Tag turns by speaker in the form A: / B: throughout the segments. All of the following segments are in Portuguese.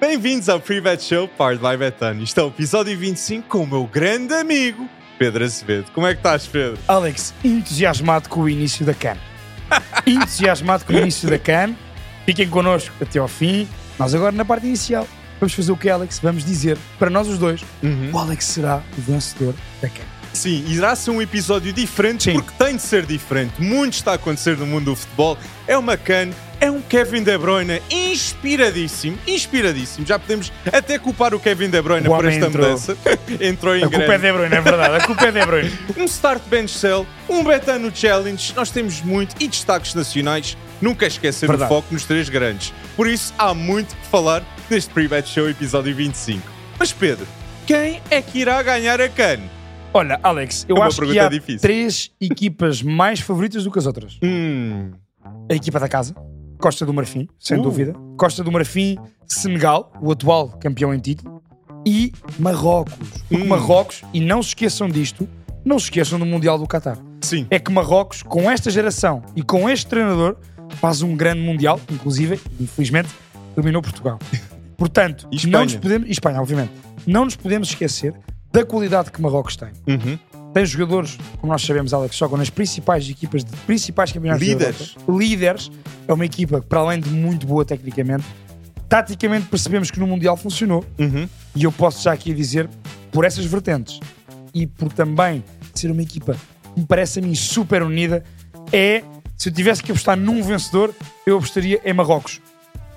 A: Bem-vindos ao Privet Show Powered by Betano. Isto é o episódio 25 com o meu grande amigo Pedro Acevedo. Como é que estás, Pedro?
B: Alex, entusiasmado com o início da CAN. entusiasmado com o início da CAN. Fiquem connosco até ao fim. Nós agora na parte inicial vamos fazer o que, Alex? Vamos dizer para nós os dois o Alex será o vencedor da CAN.
A: Sim, irá ser um episódio diferente
B: Sim.
A: porque tem de ser diferente. Muito está a acontecer no mundo do futebol. É uma can, é um Kevin De Bruyne inspiradíssimo, inspiradíssimo. Já podemos até culpar o Kevin De Bruyne
B: O
A: por
B: homem
A: esta
B: entrou.
A: mudança. entrou em
B: A culpa é
A: grande.
B: de Bruyne, é verdade. A culpa é de Bruyne.
A: Um Start Bench Cell, um Betano Challenge. Nós temos muito e destaques nacionais. Nunca esquecer o
B: Verdade.
A: foco nos três grandes. Por isso, há muito que falar neste Pre-Bet Show episódio 25. Mas Pedro, quem é que irá ganhar a can?
B: Olha, Alex, eu
A: Uma
B: acho que
A: pergunta
B: há
A: difícil.
B: três equipas mais favoritas do que as outras.
A: Hum...
B: a equipa da casa, Costa do Marfim, sem
A: Uh.
B: dúvida. Costa do Marfim, Senegal, o atual campeão em título, e Marrocos. Porque
A: Hum.
B: Marrocos, e não se esqueçam disto, não se esqueçam do Mundial do Qatar.
A: Sim.
B: É que Marrocos, com esta geração e com este treinador, faz um grande Mundial, inclusive, infelizmente, dominou Portugal. Portanto,
A: E Espanha.
B: não nos podemos. E Espanha, obviamente. Não nos podemos esquecer da qualidade que Marrocos tem.
A: Uhum.
B: Tem jogadores, como nós sabemos, Alex, que jogam nas principais equipas de principais campeonatos
A: Líderes.
B: da Europa. Líderes. É uma equipa que, para além de muito boa tecnicamente, taticamente percebemos que no Mundial funcionou.
A: Uhum.
B: E eu posso já aqui dizer, por essas vertentes e por também ser uma equipa que me parece a mim super unida, é, se eu tivesse que apostar num vencedor, eu apostaria em Marrocos.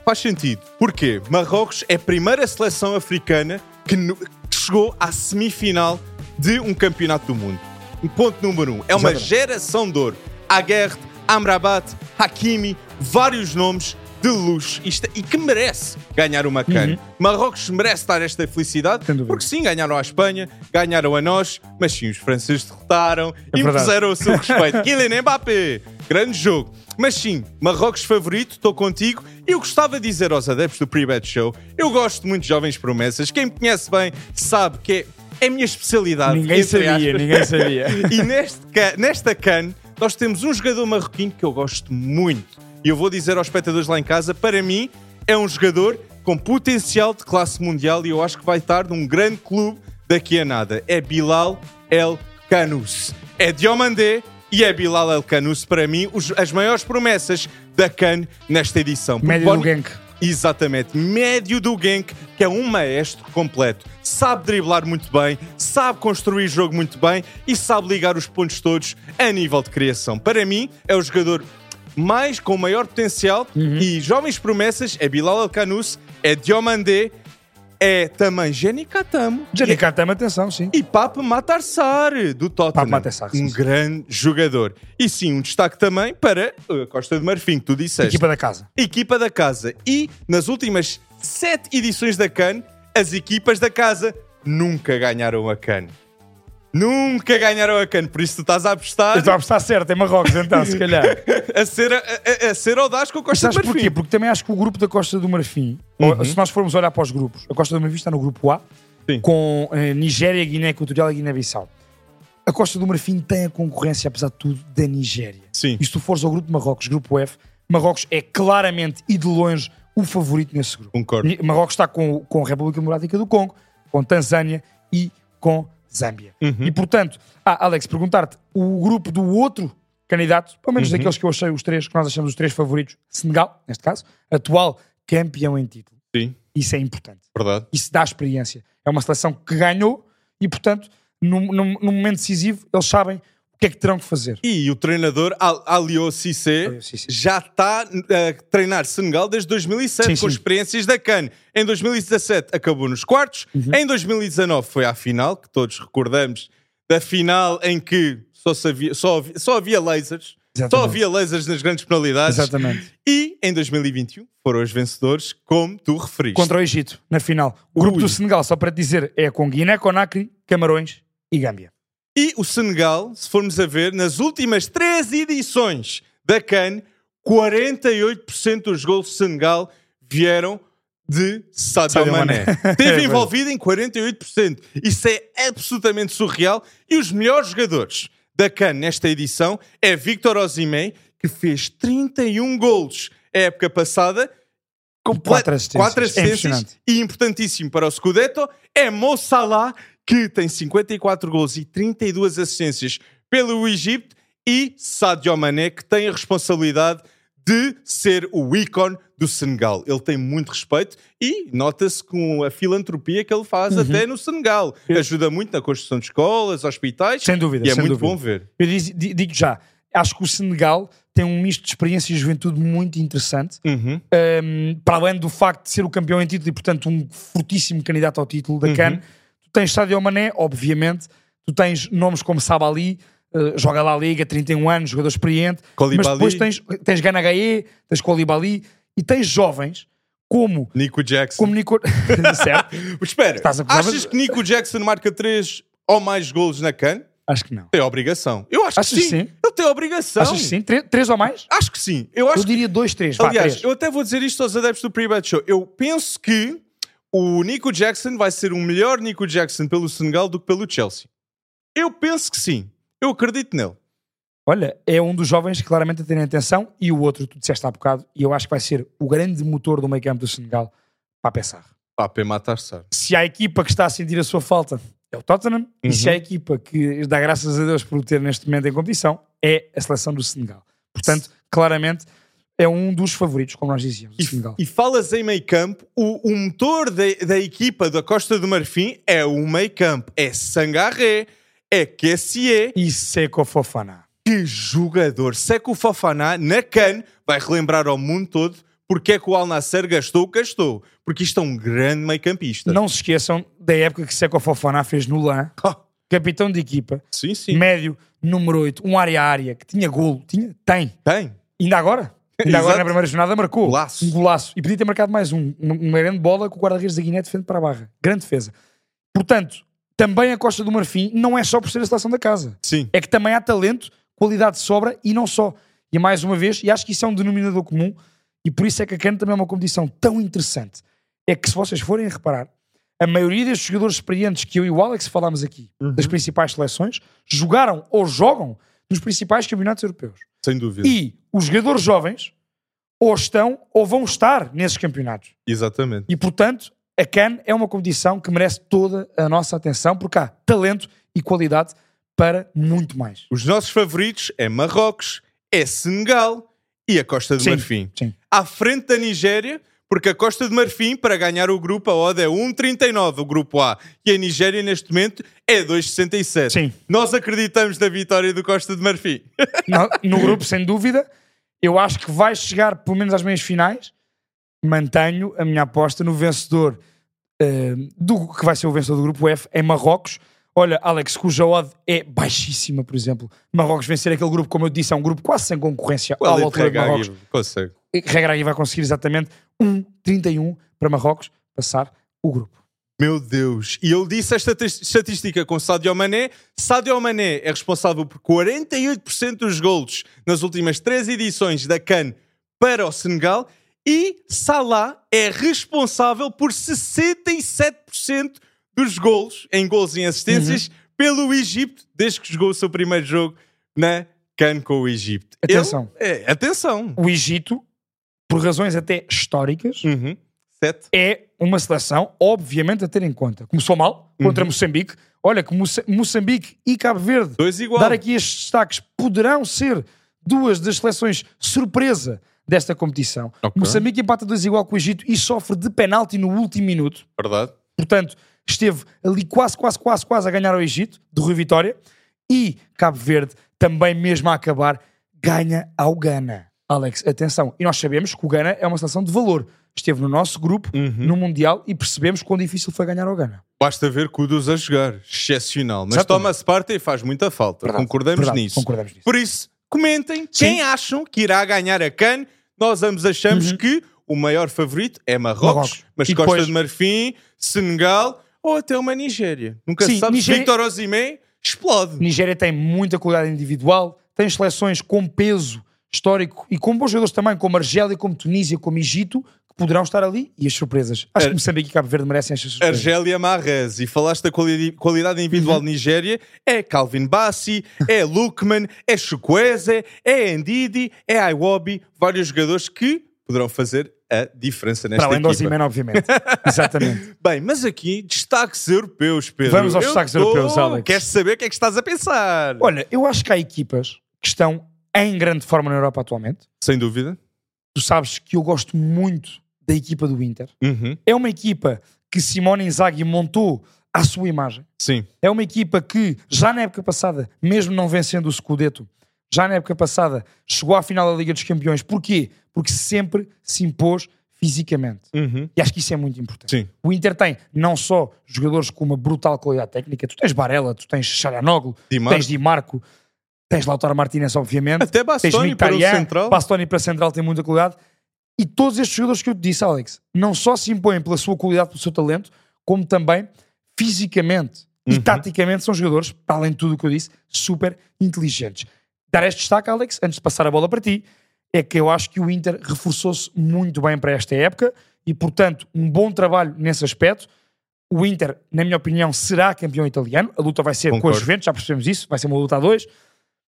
A: Faz sentido. Porquê? Marrocos é a primeira seleção africana que, nu- que chegou à semifinal de um campeonato do mundo. Um ponto número um. É uma
B: Exatamente.
A: geração de ouro. Aguerd, Amrabat, Hakimi, vários nomes de luxo Isto- é- e que merece ganhar uma cana. Marrocos merece dar esta felicidade
B: Uhum. Sem dúvida.
A: porque sim, ganharam à Espanha, ganharam a nós, mas sim, os franceses derrotaram
B: É
A: e
B: verdade.
A: impuseram o seu respeito. Kylian Mbappé, grande jogo. Mas sim, Marrocos favorito, estou contigo. Eu gostava de dizer aos adeptos do Pre-Bet Show, eu gosto muito de jovens promessas. Quem me conhece bem sabe que é, é a minha especialidade.
B: Ninguém
A: entre
B: sabia,
A: aspas.
B: ninguém sabia.
A: E neste ca- nesta CAN, nós temos um jogador marroquino que eu gosto muito. E eu vou dizer aos espectadores lá em casa: para mim, é um jogador com potencial de classe mundial e eu acho que vai estar num grande clube daqui a nada. É Bilal El Canous. É Diomandé e é Bilal El Canous, para mim, os- as maiores promessas da CAN nesta edição. Porque
B: Média do
A: Bonnie-
B: Genk.
A: Exatamente, médio do Genk, que é um maestro completo. Sabe driblar muito bem, sabe construir jogo muito bem e sabe ligar os pontos todos a nível de criação. Para mim, é o jogador mais com maior potencial
B: Uhum.
A: e jovens promessas é Bilal Alcanus, é Diomandé, é também Jenny Catamo
B: Jerry Catam, atenção, sim.
A: e Pape Matarsar, do Tottenham.
B: Pape Matar-Sar, sim,
A: um
B: sim.
A: grande jogador. E sim, um destaque também para a Costa de Marfim, que tu disseste
B: Equipa da casa.
A: equipa da casa. E nas últimas sete edições da CAN, as equipas da casa nunca ganharam a CAN. Nunca ganharam a CAN, por isso tu estás a
B: Eu
A: apostar
B: estou a apostar certo em Marrocos, então, se calhar.
A: a ser, a, a- a ser audaz com o Costa
B: Sabes
A: de Marfim.
B: porquê? Porque também acho que o grupo da Costa do Marfim,
A: Uhum.
B: se nós formos olhar para os grupos, a Costa do Marfim está no grupo A,
A: Sim.
B: com eh, Nigéria, Guiné Equatorial e Guiné-Bissau. A Costa do Marfim tem a concorrência, apesar de tudo, da Nigéria.
A: Sim.
B: E se tu fores ao grupo de Marrocos, grupo F, Marrocos é claramente e de longe o favorito nesse grupo.
A: Concordo.
B: Ni- Marrocos está com, com a República Democrática do Congo, com Tanzânia e com Zâmbia.
A: Uhum.
B: E portanto, ah, Alex, perguntar-te o grupo do outro candidato, pelo
A: Uhum.
B: menos daqueles que eu achei os três, que nós achamos os três favoritos, Senegal, neste caso, atual campeão em título.
A: Sim,
B: Isso é importante.
A: verdade.
B: Isso dá experiência. É uma seleção que ganhou e, portanto, num, num- num momento decisivo, eles sabem o que é que terão que fazer.
A: E o treinador Al- Alio Cissé
B: Alio Cissé.
A: já está a treinar Senegal desde 2007
B: Sim,
A: com
B: sim.
A: experiências da CAN. Em 2017 acabou nos quartos,
B: Uhum.
A: em 2019 foi à final, que todos recordamos, da final em que só, sabia- só, havia, só havia lasers, só
B: Exatamente.
A: havia lasers nas grandes penalidades.
B: Exatamente.
A: E em 2021 foram os vencedores, como tu referiste.
B: Contra o Egito, na final. O grupo
A: Ui.
B: do Senegal, só para te dizer, é com Guiné, Conakry, Camarões e Gâmbia.
A: E o Senegal, se formos a ver, nas últimas três edições da CAN, 48% dos gols do Senegal vieram de Sadio
B: Sadio
A: Mané.
B: Mané.
A: Esteve
B: É
A: envolvido em 48%. Isso é absolutamente surreal. E os melhores jogadores da CAN nesta edição é um Victor Osimhen, que fez 31 gols a época passada
B: Quatro assistências. É
A: Quatro assistências.
B: impressionante.
A: e importantíssimo para o Scudetto é Mo Salah, que tem 54 gols e 32 assistências pelo Egito, e Sadio Mané, que tem a responsabilidade de ser o ícone do Senegal. Ele tem muito respeito e nota-se com a filantropia que ele faz
B: Uhum.
A: até no Senegal. Ajuda muito na construção de escolas, hospitais.
B: Sem dúvida,
A: E é
B: sem
A: muito
B: dúvida.
A: bom ver.
B: Eu diz- di- digo já, acho que o Senegal tem um misto de experiência e juventude muito interessante,
A: Uhum.
B: Hum, para além do facto de ser o campeão em título e, portanto, um fortíssimo candidato ao título
A: Uhum.
B: da CAN. Tu tens Sadio Mané, obviamente, tu tens nomes como Sabali, eh, joga lá a Liga, 31 anos, jogador experiente,
A: Koulibaly.
B: mas depois tens, tens Gana Gaé, tens Colibali e tens jovens como,
A: Nico Jackson.
B: como Nico... certo?
A: Mas espera,
B: Estás a acusar-
A: achas que Nico Jackson marca 3 ou mais golos na CAN?
B: Acho que não.
A: Tem obrigação. Eu acho
B: Achas
A: que
B: que
A: sim.
B: sim?
A: Ele tem obrigação.
B: Achas que sim? Tre- três ou mais?
A: Acho que sim. Então? Eu acho
B: Eu diria dois, três.
A: que...
B: Vá,
A: Aliás,
B: três.
A: eu até vou dizer isto aos adeptos do Pre-Bet Show. Eu penso que o Nico Jackson vai ser o melhor Nico Jackson pelo Senegal do que pelo Chelsea. Eu penso que sim. Eu acredito nele.
B: Olha, é um dos jovens claramente a terem atenção e o outro, tu disseste há bocado, e eu acho que vai ser o grande motor do meio campo do Senegal para pensar.
A: Papé Matarsar.
B: Se há equipa que está a sentir a sua falta é o Tottenham, e se há equipa que dá graças a Deus por o ter neste momento em competição é a seleção do Senegal. Portanto, claramente é um dos favoritos, como nós dizíamos, do Senegal.
A: E, e falas em meio campo, o, o motor da, da equipa da Costa do Marfim é o meio campo. É Sangaré, é Kessier,
B: E Seco Fofana.
A: Que jogador! Seco Fofaná, na CAN, vai relembrar ao mundo todo porque é que o Al Nasser gastou o que gastou. Porque isto é um grande meio campista.
B: Não se esqueçam da época que Seco Fofana fez no LAN,
A: Ah,
B: capitão de equipa,
A: sim, sim.
B: médio, número 8, um área-área, que tinha golo, tinha, tem,
A: Tem.
B: Ainda agora? Ainda
A: Exato.
B: agora na primeira jornada marcou
A: Golaço.
B: um golaço e podia ter marcado mais um. Uma, uma grande bola que o guarda-redes da Guiné defende para a barra. Grande defesa. Portanto, também a Costa do Marfim não é só por ser a seleção da casa.
A: Sim.
B: É que também há talento, qualidade sobra e não só. E mais uma vez, e acho que isso é um denominador comum e por isso é que a CAN também é uma competição tão interessante. É que se vocês forem reparar, a maioria destes jogadores experientes que eu e o Alex falámos aqui,
A: Uhum.
B: das principais seleções, jogaram ou jogam nos principais campeonatos europeus.
A: Sem dúvida.
B: E os jogadores jovens ou estão ou vão estar nesses campeonatos.
A: Exatamente.
B: E, portanto, a CAN é uma competição que merece toda a nossa atenção porque há talento e qualidade para muito mais.
A: Os nossos favoritos é Marrocos, é Senegal e a Costa do
B: Sim.
A: Marfim.
B: Sim.
A: À frente da Nigéria, porque a Costa do Marfim, para ganhar o grupo, a odd é 1,39, o grupo A. E a Nigéria, neste momento, é 2,67.
B: Sim.
A: Nós acreditamos na vitória do Costa do Marfim.
B: No, no grupo, sem dúvida, eu acho que vai chegar pelo menos às meias finais. Mantenho a minha aposta no vencedor eh, do que vai ser o vencedor do grupo F em Marrocos. Olha, Alex, cuja odd é baixíssima, por exemplo. Marrocos vencer aquele grupo, como eu disse, é um grupo quase sem concorrência à
A: Qual é
B: altura de Marrocos.
A: Consegue.
B: regra aí vai conseguir exatamente 1,31 para Marrocos passar o grupo.
A: Meu Deus! E eu disse esta tis- estatística com Sadio Mané. Sadio Mané é responsável por 48% dos golos nas últimas três edições da CAN para o Senegal e Salah é responsável por 67% dos golos em golos e
B: Uhum.
A: assistências pelo Egito desde que jogou o seu primeiro jogo na CAN com o Egito. Ele-
B: Atenção.
A: é, atenção!
B: O Egito, por razões até históricas,
A: Uhum. Sete.
B: é uma seleção, obviamente, a ter em conta. Começou mal contra Moçambique. Olha, que Moça- Moçambique e Cabo Verde,
A: Dois igual.
B: dar aqui estes destaques, poderão ser duas das seleções surpresa desta competição.
A: Ok.
B: Moçambique empata 2 igual com o Egito e sofre de penalti no último minuto.
A: Verdade.
B: Portanto, esteve ali quase, quase, quase, quase a ganhar ao Egito, de Rui Vitória. E Cabo Verde, também mesmo a acabar, ganha ao Gana. Alex, atenção. E nós sabemos que o Gana é uma seleção de valor. Esteve no nosso grupo, no Mundial, e percebemos quão difícil foi ganhar ao Gana.
A: Basta ver Kudos a jogar, excepcional. Mas
B: Exatamente.
A: toma-se parte e faz muita falta.
B: Verdade,
A: concordamos
B: verdade,
A: nisso.
B: Concordamos nisso.
A: Por isso, comentem
B: Sim.
A: quem acham que irá ganhar a CAN. Nós ambos achamos que o maior favorito é Marrocos,
B: Uhum. Marrocos.
A: mas
B: E
A: Costa
B: depois-
A: de Marfim, Senegal ou até uma Nigéria. Nunca
B: Sim,
A: se sabe.
B: Nigéria-
A: Victor Osimhen explode.
B: Nigéria tem muita qualidade individual, tem seleções com peso histórico e com bons jogadores também, como Argélia, como Tunísia, como Egito, que poderão estar ali e as surpresas. Acho
A: Ar-
B: que Moçambique e Cabo Verde merecem estas surpresas.
A: Argélia Marrez, e falaste da quali- qualidade individual de
B: Uhum.
A: Nigéria, é Calvin Bassi, é Lukman, é Chukwueze, é Ndidi, é Iwobi, vários jogadores que poderão fazer a diferença nesta
B: Para além do
A: equipa.
B: Osimhen, obviamente. Exatamente.
A: Bem, mas aqui destaques europeus, Pedro.
B: Vamos aos
A: Eu
B: destaques
A: tô-
B: europeus, Alex.
A: Queres saber o que é que estás a pensar?
B: Olha, eu acho que há equipas que estão em grande forma na Europa atualmente.
A: Sem dúvida.
B: Tu sabes que eu gosto muito da equipa do Inter.
A: Uhum.
B: É uma equipa que Simone Inzaghi montou à sua imagem.
A: Sim.
B: É uma equipa que, já na época passada, mesmo não vencendo o Scudetto, já na época passada, chegou à final da Liga dos Campeões. Porquê? Porque sempre se impôs fisicamente.
A: Uhum.
B: E acho que isso é muito importante.
A: Sim.
B: O Inter tem não só jogadores com uma brutal qualidade técnica, tu tens Barella, tu tens Charanoglu,
A: Di
B: tu
A: Marco.
B: tens Di Marco, tens Lautaro Martinez, obviamente,
A: Até Bastoni para o
B: Mkhitaryan,
A: central.
B: Bastoni para central tem muita qualidade. E todos estes jogadores que eu te disse, Alex, não só se impõem pela sua qualidade, pelo seu talento, como também fisicamente e
A: Uhum.
B: taticamente são jogadores, para além de tudo o que eu disse, super inteligentes. Dar este destaque, Alex, antes de passar a bola para ti, é que eu acho que o Inter reforçou-se muito bem para esta época e, portanto, um bom trabalho nesse aspecto. O Inter, na minha opinião, será campeão italiano. A luta vai ser com
A: Concordo.
B: os Juventus, já percebemos isso, vai ser uma luta a dois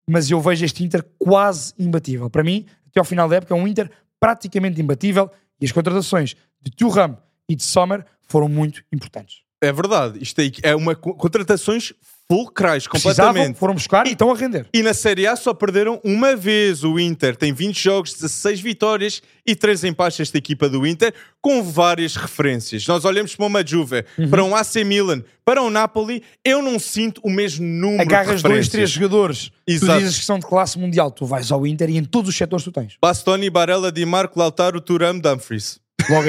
B: mas eu vejo este Inter quase imbatível. Para mim, até ao final da época, é um Inter praticamente imbatível e as contratações de Thuram e de Sommer foram muito importantes.
A: É verdade. Isto aí é uma co- contratações fulcrais,
B: Precisavam,
A: completamente.
B: foram buscar e estão a render.
A: E na Série A só perderam uma vez o Inter. Tem 20 jogos, 16 vitórias e 3 empates esta equipa do Inter, com várias referências. Nós olhamos para uma Juve,
B: Uhum.
A: para um AC Milan, para um Napoli, eu não sinto o mesmo número
B: Agarras
A: de
B: dois,
A: referências.
B: três jogadores,
A: Exato.
B: tu dizes que são de classe mundial, tu vais ao Inter e em todos os setores tu tens.
A: Bastoni, Barella, Di Marco, Lautaro, Turam, Dumfries.
B: Logo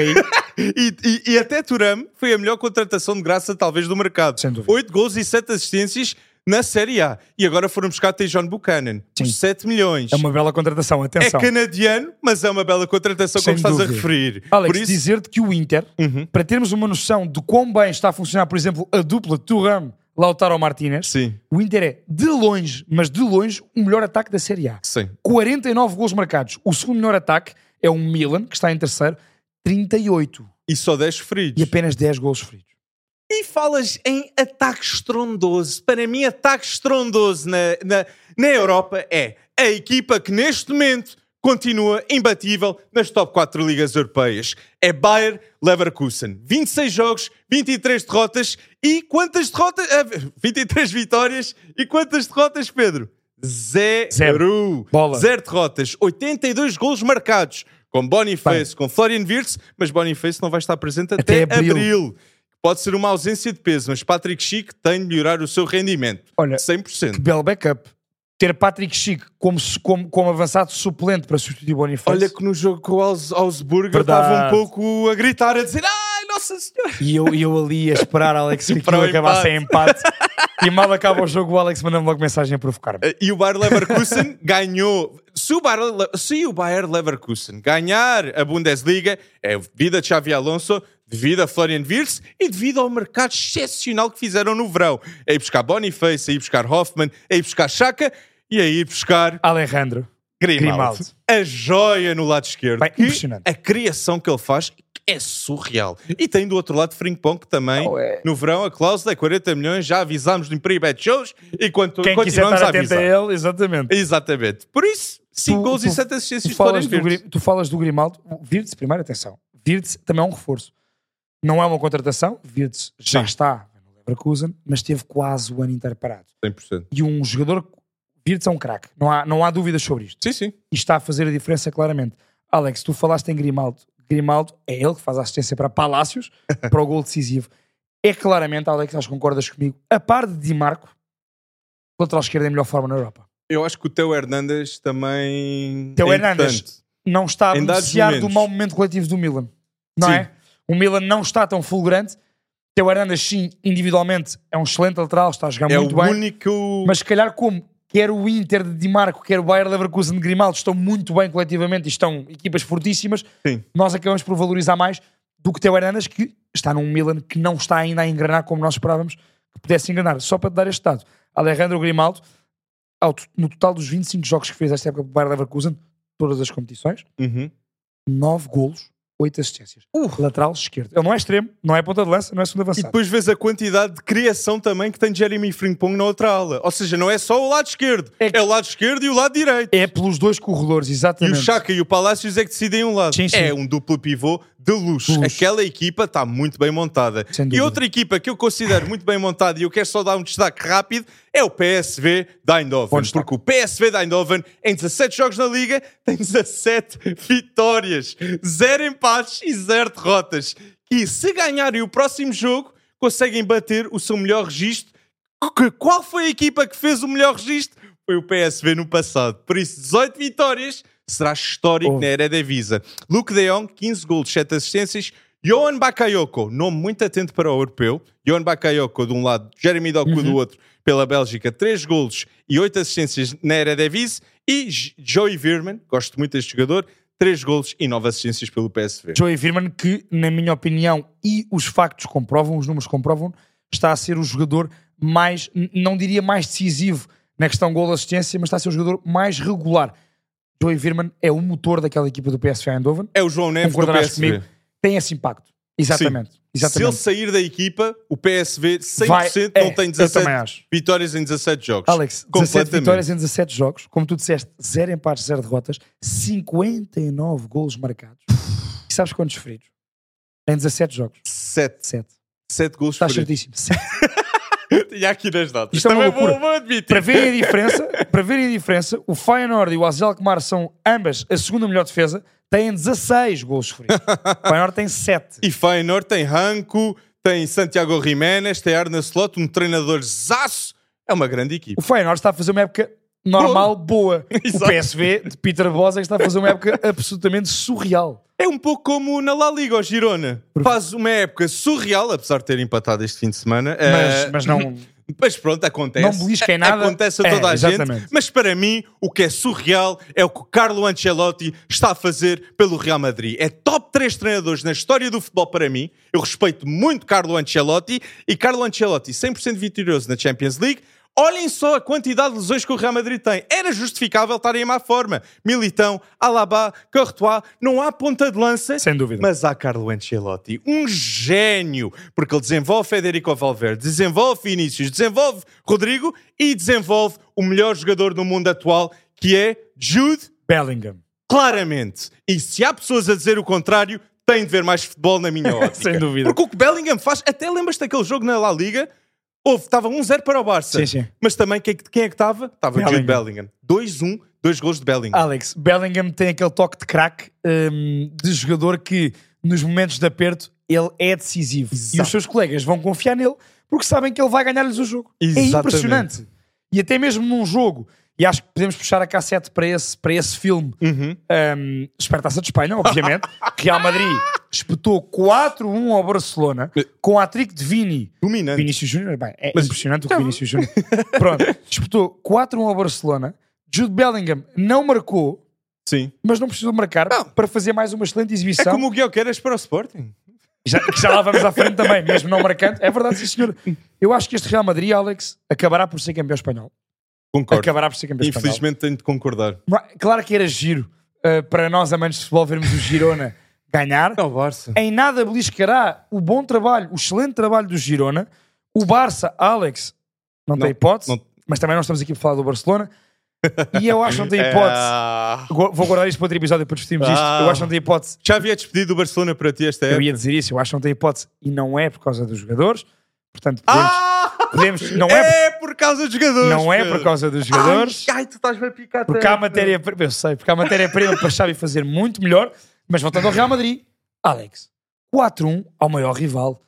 B: aí,
A: E, e- e até Turam foi a melhor contratação de graça, talvez, do mercado.
B: Sem dúvida.
A: 8 gols e 7 assistências na Série A. E agora foram buscar Tejon Buchanan, por
B: Sim.
A: 7 milhões.
B: é uma bela contratação,
A: É
B: atenção.
A: canadiano, mas é uma bela contratação,
B: Sem
A: como estás a
B: dúvida.
A: referir.
B: Alex, Uhum.
A: por isso,
B: dizer-te que o Inter, para termos uma noção de quão bem está a funcionar, por exemplo, a dupla Thuram-Lautaro Martínez,
A: sim,
B: O Inter é, de longe, mas de longe, o melhor ataque da Série A.
A: sim.
B: 49 gols marcados. O segundo melhor ataque é o Milan, que está em terceiro, 38.
A: E só 10
B: E
A: feridos.
B: apenas 10 gols sofridos.
A: E falas em ataque estrondoso. Para mim, ataque estrondoso na, na, na Europa é a equipa que neste momento continua imbatível nas top 4 ligas europeias. É Bayer Leverkusen. 26 jogos, 23 derrotas e quantas derrotas? Ah, 23 vitórias e quantas derrotas, Pedro? Zero.
B: Bola.
A: Zero derrotas. 82 golos marcados. Com Boniface, com Florian Wirtz, mas Boniface não vai estar presente até,
B: Até
A: abril.
B: abril.
A: Pode ser uma ausência de peso, mas Patrick Schick tem de melhorar o seu rendimento.
B: Olha,
A: 100%.
B: Belo backup. Ter Patrick Schick como, su- como, como avançado suplente para substituir Boniface.
A: Olha que no jogo com o Aus Augsburgo eu
B: Verdade.
A: estava um pouco a gritar, a dizer Ai, Nossa Senhora!
B: E eu, e eu ali a esperar, Alex, que
A: Para o
B: aquilo acabasse em empate. E mal acaba o jogo, o Alex manda-me logo mensagem a provocar-me.
A: Eh, E o Bayer Leverkusen ganhou. Se o, Bayer, Le- se o Bayer Leverkusen ganhar a Bundesliga, é devido a Xavi Alonso, devido a Florian Wirtz e devido ao mercado excepcional que fizeram no verão. É ir buscar Boniface, é ir buscar Hoffman, é ir buscar Chaka e é ir buscar
B: Alejandro.
A: Grimaldo.
B: Grimaldo.
A: A joia no lado esquerdo.
B: Bem,
A: E
B: impressionante.
A: A criação que ele faz é surreal. E tem do outro lado Frimpong que também,
B: Não, é-
A: no verão, a cláusula é 40 milhões, já avisámos no Imperi Bet Shows e quanto,
B: Quem quiser
A: continuamos
B: estar
A: a
B: atento a
A: avisar.
B: ele, exatamente.
A: Exatamente. Por isso, 5
B: Tu-
A: gols e
B: tu-
A: 7 assistências
B: tu
A: de Florence
B: falas, do, Gri- tu falas do Grimaldo, o Virtus, primeiro, atenção, Virtus também é um reforço. Não é uma contratação, Virtus já
A: Sim.
B: está no Leverkusen, mas teve quase o ano inteiro parado.
A: 100%.
B: E um jogador, Virtus é um craque, não há, não há dúvidas sobre isto.
A: Sim, sim.
B: E está a fazer a diferença claramente. Alex, tu falaste em Grimaldo, Grimaldo é ele que faz a assistência para Palácios, para o gol decisivo. É claramente, Alex, acho que concordas comigo, a par de Di Marco, o lateral esquerdo é a melhor forma na Europa.
A: Eu acho que o Teo Hernandes também.
B: Teo
A: é
B: Hernandes.
A: importante.
B: não está a
A: Em dados
B: beneficiar do
A: momentos.
B: mau momento coletivo do Milan. Não
A: Sim.
B: é? O Milan não está tão fulgurante. Teu Hernandes, sim, individualmente, é um excelente lateral, está a jogar
A: É
B: muito
A: o
B: bem.
A: único.
B: Mas se calhar como quer o Inter de Di Marco, quer o Bayer Leverkusen de Grimaldo, estão muito bem coletivamente e estão equipas fortíssimas,
A: Sim.
B: nós acabamos por valorizar mais do que Teu Hernandes, que está num Milan que não está ainda a engrenar como nós esperávamos que pudesse engrenar. Só para te dar este dado, Alejandro Grimaldo, ao to- no total dos 25 jogos que fez esta época para o Bayer Leverkusen, todas as competições,
A: Uhum.
B: 9 golos 8 assistências. Lateral esquerdo. Ele não é extremo, não é ponta de lança, não é segundo
A: Uh. E
B: avançado.
A: depois vês a quantidade de criação também que tem de Jeremy Frimpong na outra ala. Ou seja, não é só o lado esquerdo,
B: É que-
A: é o lado esquerdo e o lado direito.
B: É pelos dois corredores,
A: E o
B: exatamente.
A: Chaka e o Palácios é que decidem um lado.
B: Sim, sim.
A: É um duplo pivô de luxo.
B: De luxo.
A: Aquela equipa está muito bem montada.
B: Sem
A: E
B: dúvida.
A: outra equipa que eu considero muito bem montada e eu quero só dar um destaque rápido é o PSV da
B: Bom
A: Eindhoven.
B: destaque.
A: Porque o PSV da Eindhoven, em 17 jogos na Liga, tem 17 vitórias, 0 empates e 0 derrotas. E se ganharem o próximo jogo, conseguem bater o seu melhor registro. Que- Qual foi a equipa que fez o melhor registro? Foi o PSV no passado. Por isso, 18 vitórias será histórico
B: Oh.
A: na era da Visa. Luke de Jong, 15 gols, 7 assistências. Johan Bakayoko, nome muito atento para o europeu. Johan Bakayoko de um lado, Jeremy Doku
B: Uhum.
A: do outro, pela Bélgica, 3 gols e 8 assistências na era da Visa. E J- Joey Virman, gosto muito deste jogador, 3 gols e 9 assistências pelo PSV.
B: Joey Firman, que, na minha opinião, e os factos comprovam, os números comprovam, está a ser o jogador mais, n- não diria mais decisivo na questão gol-assistência, mas está a ser o jogador mais regular. Joey Firman é o motor daquela equipa do PSV Eindhoven.
A: É o João Neves do
B: Concordarás
A: PSV.
B: comigo? Tem esse impacto. Exatamente.
A: Se ele
B: Exatamente.
A: sair da equipa, o PSV 100%
B: Vai-
A: não tem
B: é, Eu também
A: 17
B: acho.
A: vitórias em 17 jogos.
B: Alex, 17
A: Completamente.
B: vitórias em 17 jogos, como tu disseste, 0 empates, 0 derrotas, 59 golos marcados. E sabes quantos feridos? Em 17 jogos,
A: 7,
B: 7.
A: 7 gols
B: Estás
A: por
B: certíssimo. Sete.
A: Tinha aqui nas datas.
B: Isto é uma
A: Também
B: loucura.
A: vou, vou admitir.
B: para verem a diferença, para verem a diferença, o Feyenoord e o AZ Alkmaar são ambas a segunda melhor defesa, têm 16 golos feridos. O Feyenoord tem 7.
A: E Feyenoord tem Ranco, tem Santiago Jiménez, tem Arna Slot, um treinador zaço. É uma grande equipa.
B: O Feyenoord está a fazer uma época normal, boa.
A: Exato.
B: O PSV de Peter Bosz é que está a fazer uma época absolutamente surreal.
A: É um pouco como na La Liga, o Girona. Faz uma época surreal, apesar de ter empatado este fim de semana. Eh,
B: Mas, mas não...
A: Mas pronto, acontece.
B: Não belisca em nada.
A: Acontece a
B: É,
A: toda a gente.
B: exatamente.
A: Mas para mim, o que é surreal é o que o Carlo Ancelotti está a fazer pelo Real Madrid. É top 3 treinadores na história do futebol para mim. Eu respeito muito Carlo Ancelotti. E Carlo Ancelotti, 100% vitorioso na Champions League. Olhem só a quantidade de lesões que o Real Madrid tem. Era justificável estarem em má forma. Militão, Alaba, Courtois, não há ponta de lança.
B: Sem dúvida.
A: Mas há Carlo Ancelotti, um gênio, porque ele desenvolve Federico Valverde, desenvolve Vinícius, desenvolve Rodrigo e desenvolve o melhor jogador do mundo atual, que é Jude
B: Bellingham.
A: claramente. E se há pessoas a dizer o contrário, tem de ver mais futebol na minha ótica.
B: Sem dúvida.
A: Porque o que Bellingham faz, até lembras daquele jogo na La Liga? Houve, estava 1-0 para o Barça.
B: Sim, sim.
A: Mas também quem, é que- quem é que estava? Estava Jude
B: Bellingham. Ah.
A: Bellingham. 2-1, dois gols de Bellingham.
B: Alex, Bellingham tem aquele toque de craque hum, de jogador que nos momentos de aperto ele é decisivo. E os seus colegas vão confiar nele porque sabem que ele vai ganhar-lhes o jogo.
A: Exatamente.
B: É impressionante. E até mesmo num jogo, e acho que podemos puxar a cassete para esse, para esse filme,
A: Uhum.
B: hum, Espertaça de Espanha, obviamente. Real Madrid espetou 4-1 ao Barcelona com a trick de Vini.
A: Dominante.
B: Vinícius Júnior, bem, é
A: É. Mas- tá
B: impressionante o que o Vinícius Júnior. Pronto, disputou 4-1 ao Barcelona. Jude Bellingham não marcou,
A: Sim.
B: mas não precisou marcar
A: Não.
B: para fazer mais uma excelente
A: É
B: exibição.
A: como o Guilherme para o Sporting.
B: Já, que já lá vamos à frente também, mesmo não marcando. É verdade, sim, senhor. Eu acho que este Real Madrid, Alex, acabará por ser campeão espanhol.
A: Concordo.
B: Acabará por ser campeão espanhol.
A: Infelizmente tenho de concordar.
B: Não, Claro que era giro uh, para nós, amantes de futebol, vermos o Girona ganhar.
A: É o Barça.
B: em nada beliscará o bom trabalho, o excelente trabalho do Girona. O Barça, Alex, não,
A: Não,
B: tem hipótese,
A: não.
B: mas também não estamos aqui para falar do Barcelona. E eu acho que não
A: É.
B: tem hipótese. Gu- Vou guardar isto para outro episódio para discutirmos isto.
A: Ah.
B: Eu acho que não tem hipótese.
A: Já havia despedido o Barcelona para ti esta
B: Eu
A: época?
B: ia dizer isso, eu acho que não tem hipótese. E não é por causa dos jogadores. Portanto, podemos.
A: Ah!
B: podemos- não, é,
A: É por causa dos
B: por-
A: jogadores.
B: não é por
A: Pedro.
B: causa dos jogadores.
A: Ai, ai, tu estás-me a picar
B: Porque há matéria-prima, eu sei, porque há matéria-prima para Xavi fazer muito melhor, mas voltando ao Real Madrid, Alex, 4-1 ao maior rival,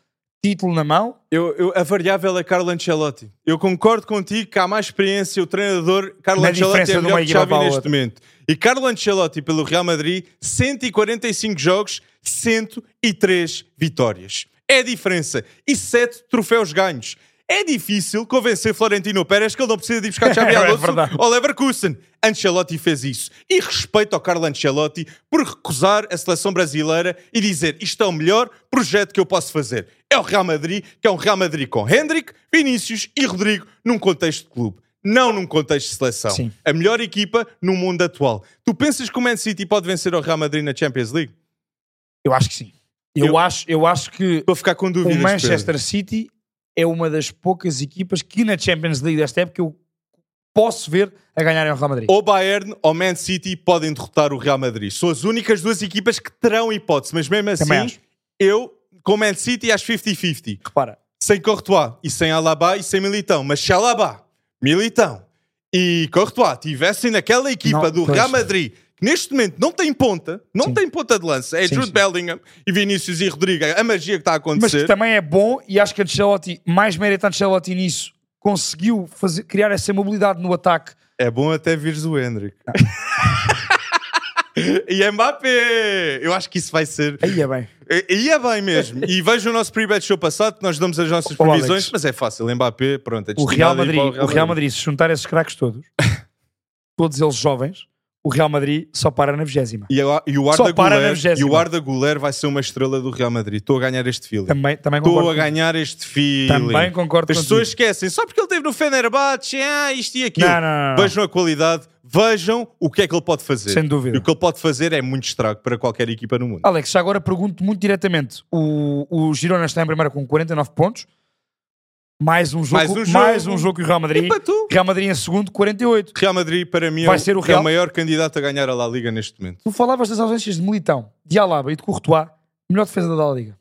B: título na mão,
A: Eu, eu- a variável é Carlo Ancelotti. Eu concordo contigo que há mais experiência. O treinador Carlo
B: Na
A: Ancelotti
B: diferença
A: é
B: de
A: melhor
B: uma
A: que
B: equipa
A: Xavi
B: para a
A: neste
B: outra.
A: momento. E Carlo Ancelotti pelo Real Madrid, 145 jogos, 103 vitórias. É a diferença. E 7 troféus ganhos. É difícil convencer Florentino Pérez que ele não precisa de ir buscar Xavi
B: É
A: Alonso
B: verdade.
A: ao Leverkusen. Ancelotti fez isso. E respeito ao Carlo Ancelotti por recusar a seleção brasileira e dizer isto é o melhor projeto que eu posso fazer. É o Real Madrid, que é um Real Madrid com Hendrick, Vinícius e Rodrigo num contexto de clube. Não num contexto de seleção.
B: Sim.
A: A melhor equipa no mundo atual. Tu pensas que o Man City pode vencer o Real Madrid na Champions League?
B: Eu acho que sim. Eu,
A: Eu-
B: acho, eu acho que
A: Estou a ficar com
B: o
A: dúvidas.
B: Manchester City é uma das poucas equipas que na Champions League desta época eu posso ver a ganhar em Real Madrid.
A: Pedro. Ou Bayern ou Man City podem derrotar o Real Madrid. São as únicas duas equipas que terão hipótese, mas mesmo
B: Também
A: assim,
B: acho.
A: eu com Man City acho 50-50.
B: Repara,
A: Sem Courtois e sem Alaba e sem Militão. Mas se Alaba, Militão e Courtois tivessem naquela equipa
B: Não,
A: do
B: pois.
A: Real Madrid, que neste momento não tem ponta, não
B: Sim.
A: tem ponta de lança, é
B: Sim,
A: Jude
B: sim.
A: Bellingham e Vinícius e Rodrigo, a magia que está a
B: mas que
A: acontecer.
B: também é bom e acho que a Ancelotti, mais mérito a Ancelotti nisso, conseguiu fazer, criar essa mobilidade no ataque.
A: É bom até vires o Hendrick.
B: Ah.
A: e Mbappé! Eu acho que isso vai ser.
B: Aí é bem.
A: E e é bem mesmo. E veja o nosso pre-bet show passado, que nós damos as nossas
B: Olá,
A: previsões,
B: Alex.
A: mas é fácil. Mbappé, pronto, é
B: O Real
A: destinado a ir
B: Madrid,
A: para
B: o Real Madrid, se juntar esses craques todos, todos eles jovens, o Real Madrid só para na vigésima.
A: E, agora- e o
B: Só
A: Arda
B: para na
A: Güler, e
B: vigésima.
A: o Arda Güler vai ser uma estrela do Real Madrid. Estou a ganhar este feeling.
B: Também, também
A: Estou a
B: concordo.
A: ganhar este feeling.
B: Também concordo
A: As
B: contigo.
A: pessoas esquecem, só porque ele esteve no Fenerbahçe, ah, isto e aquilo.
B: Não, não, não, não.
A: Vejam a qualidade, vejam o que é que ele pode fazer.
B: Sem dúvida.
A: E o que ele pode fazer é muito estrago para qualquer equipa no mundo.
B: Alex, já agora pergunto muito diretamente. O, o Girona está em primeira com 49 pontos. Mais um jogo,
A: Mais um jogo.
B: e o Real Madrid.
A: E para tu?
B: Real Madrid em segundo, 48.
A: Real Madrid, para mim, é
B: Vai
A: o-
B: ser o
A: é
B: Real-
A: o maior candidato a ganhar a La Liga neste momento.
B: Tu falavas das ausências de Militão, de Alaba e de Courtois, melhor defesa da Liga.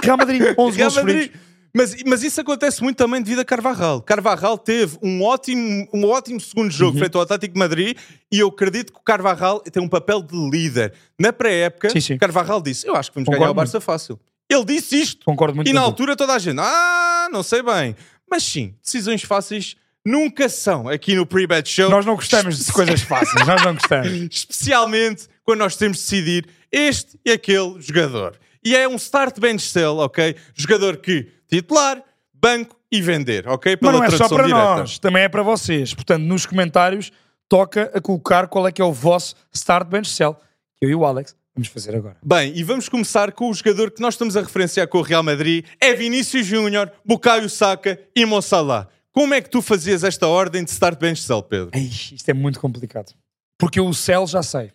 B: Real Madrid, 11
A: Real
B: gols
A: Madrid.
B: sofridos.
A: Mas, mas isso acontece muito também devido a Carvajal. Carvajal teve um ótimo, um ótimo segundo jogo
B: Uhum.
A: frente ao Atlético de Madrid e eu acredito que o Carvajal tem um papel de líder. Na pré-época,
B: Sim, sim.
A: Carvajal disse: Eu acho que vamos
B: Concordo
A: ganhar o Barça fácil. Ele disse isto.
B: Concordo muito
A: E na
B: contigo.
A: altura toda a gente, ah, não sei bem. Mas sim, decisões fáceis nunca são aqui no Pre-Bet Show.
B: Nós não gostamos de coisas fáceis, nós não gostamos.
A: especialmente quando nós temos de decidir este e aquele jogador. E é um start bench sell, ok? Jogador que titular, banco e vender, ok?
B: Mas não é só
A: tradução
B: para
A: direta.
B: nós, também é para vocês. Portanto, nos comentários, toca a colocar qual é que é o vosso start bench cell. Eu e o Alex vamos fazer agora.
A: Bem, e vamos começar com o jogador que nós estamos a referenciar com o Real Madrid, é Vinícius Júnior, Bukayo Saka e Mo Salah. Como é que tu fazias esta ordem de start bench sell, Pedro?
B: Ei, isto é muito complicado. Porque o cell já sei,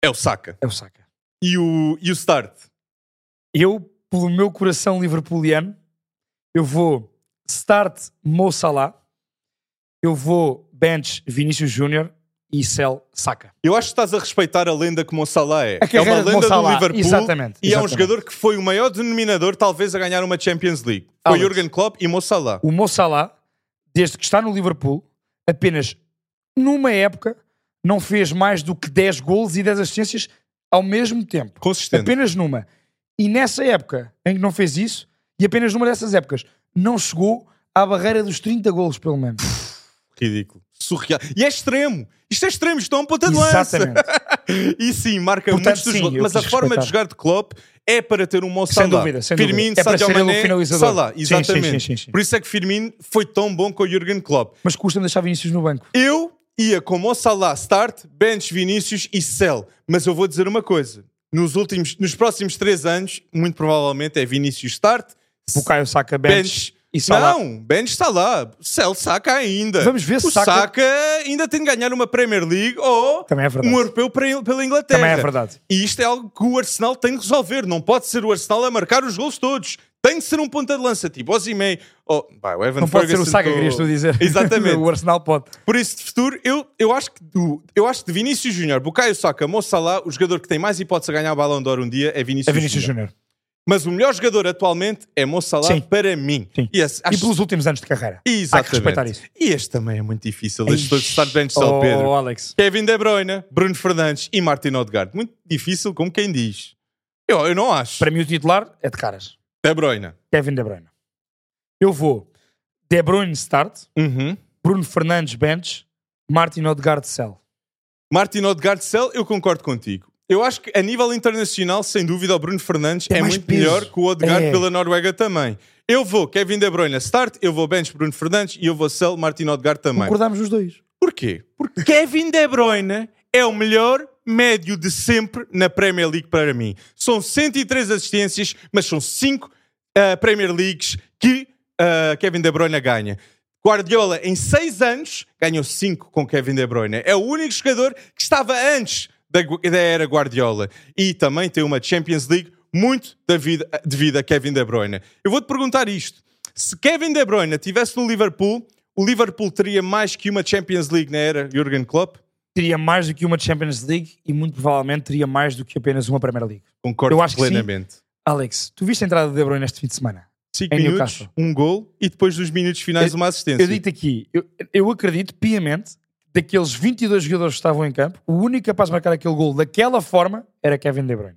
A: É o Saka.
B: é o Saka.
A: E o, e o start?
B: Eu, pelo meu coração liverpooliano, eu vou start Mo Salah, eu vou bench Vinícius Júnior e cell Saka.
A: Eu acho que estás a respeitar a lenda que Mo Salah é.
B: A
A: é uma
B: carreira de Mo
A: lenda do
B: Salah,
A: Liverpool
B: exatamente,
A: e é um
B: exatamente.
A: jogador que foi o maior denominador talvez a ganhar uma Champions League. Foi
B: Alex.
A: Jurgen Klopp e Mo Salah.
B: O Mo Salah, desde que está no Liverpool, apenas numa época não fez mais do que 10 gols e 10 assistências ao mesmo tempo.
A: Consistente.
B: Apenas numa. E nessa época em que não fez isso, e apenas numa dessas épocas, não chegou à barreira dos 30 golos, pelo menos.
A: Ridículo. Surreal. E é extremo. Isto é extremo. Isto é um ponta de lança.
B: Exatamente.
A: E sim, marca
B: Portanto,
A: muitos dos
B: sim,
A: gols.
B: eu
A: Mas a
B: quis
A: forma de
B: respeitar.
A: jogar de Klopp é para ter um Mo Salah.
B: dúvida, sem dúvida.
A: Firmino,
B: É para
A: Sadio
B: ser ele o
A: Mané,
B: finalizador.
A: Salah.
B: Sim, sim, sim,
A: Exatamente.
B: sim, sim.
A: Por isso é que Firmino foi tão bom com o Jurgen Klopp.
B: Mas custa-me deixar Vinícius no banco.
A: Eu ia com Mo Salah Start, Bench Vinícius e Cell. Mas eu vou dizer uma coisa. Nos, últimos, nos próximos três anos, muito provavelmente é Vinícius Start,
B: Bukayo Saka, bench,
A: Bench...
B: e Salah.
A: Não, Bench está lá. Cell saca ainda.
B: Vamos ver se
A: o
B: Saka-
A: saca... ainda tem de ganhar uma Premier League ou
B: Também é verdade.
A: um europeu pre- pela Inglaterra.
B: Também é verdade.
A: E isto é algo que o Arsenal tem de resolver. Não pode ser o Arsenal a marcar os gols todos. Tem de ser um ponta de lança, tipo Osimei. ou vai, o Evan
B: Não pode ser o
A: Ferguson,
B: Saka,
A: tô-
B: querias tu dizer.
A: Exatamente.
B: o Arsenal pode.
A: Por isso, de futuro, eu, eu, acho que, do- eu acho que de Vinícius Júnior, Bukayo Saka, Mo Salah, o jogador que tem mais hipótese a ganhar o Balão de Ouro um dia é Vinícius,
B: É Vinícius
A: Júnior.
B: Júnior.
A: Mas o melhor jogador atualmente é Mo Salah
B: Sim.
A: para mim.
B: Sim.
A: E, esse, acho-
B: E pelos últimos anos de carreira. Há
A: Exatamente.
B: que respeitar isso.
A: E este também é muito difícil, este todos estar bem de São
B: oh,
A: Pedro.
B: Alex.
A: Kevin De Bruyne, Bruno Fernandes e Martin Odegaard. Muito difícil, como quem diz. Eu, eu não acho.
B: Para mim o titular é de caras.
A: De Bruyne.
B: Kevin De Bruyne. Eu vou De Bruyne start,
A: Uhum.
B: Bruno Fernandes bench, Martin Odegaard cell.
A: Martin Odegaard Cell, eu concordo contigo. Eu acho que a nível internacional, sem dúvida, o Bruno Fernandes
B: Tem
A: é
B: mais
A: muito
B: peso.
A: melhor que o Odegaard
B: É.
A: pela Noruega também. Eu vou Kevin De Bruyne start, eu vou bench Bruno Fernandes e eu vou Cell Martin Odegaard também.
B: Acordámos os dois.
A: Porquê? Porque Kevin De Bruyne é o melhor médio de sempre na Premier League para mim. São 103 assistências, mas são 5 Premier Leagues que ah, Kevin De Bruyne ganha. Guardiola, em 6 anos, ganhou 5 com Kevin De Bruyne. É o único jogador que estava antes da, gu- da era Guardiola. E também tem uma Champions League muito devido, devido a Kevin De Bruyne. Eu vou-te perguntar isto. Se Kevin De Bruyne estivesse no Liverpool, o Liverpool teria mais que uma Champions League na era Jurgen Klopp?
B: Teria mais do que uma Champions League e muito provavelmente teria mais do que apenas uma Premier League.
A: Concordo
B: Eu acho que sim.
A: plenamente.
B: Alex, tu viste a entrada de De Bruyne neste fim de semana?
A: 5
B: Em
A: minutos,
B: Newcastle.
A: um gol e depois dos minutos finais uma assistência.
B: Eu digo-te aqui, eu, eu acredito piamente daqueles 22 jogadores que estavam em campo, o único capaz de marcar aquele gol daquela forma era Kevin De Bruyne.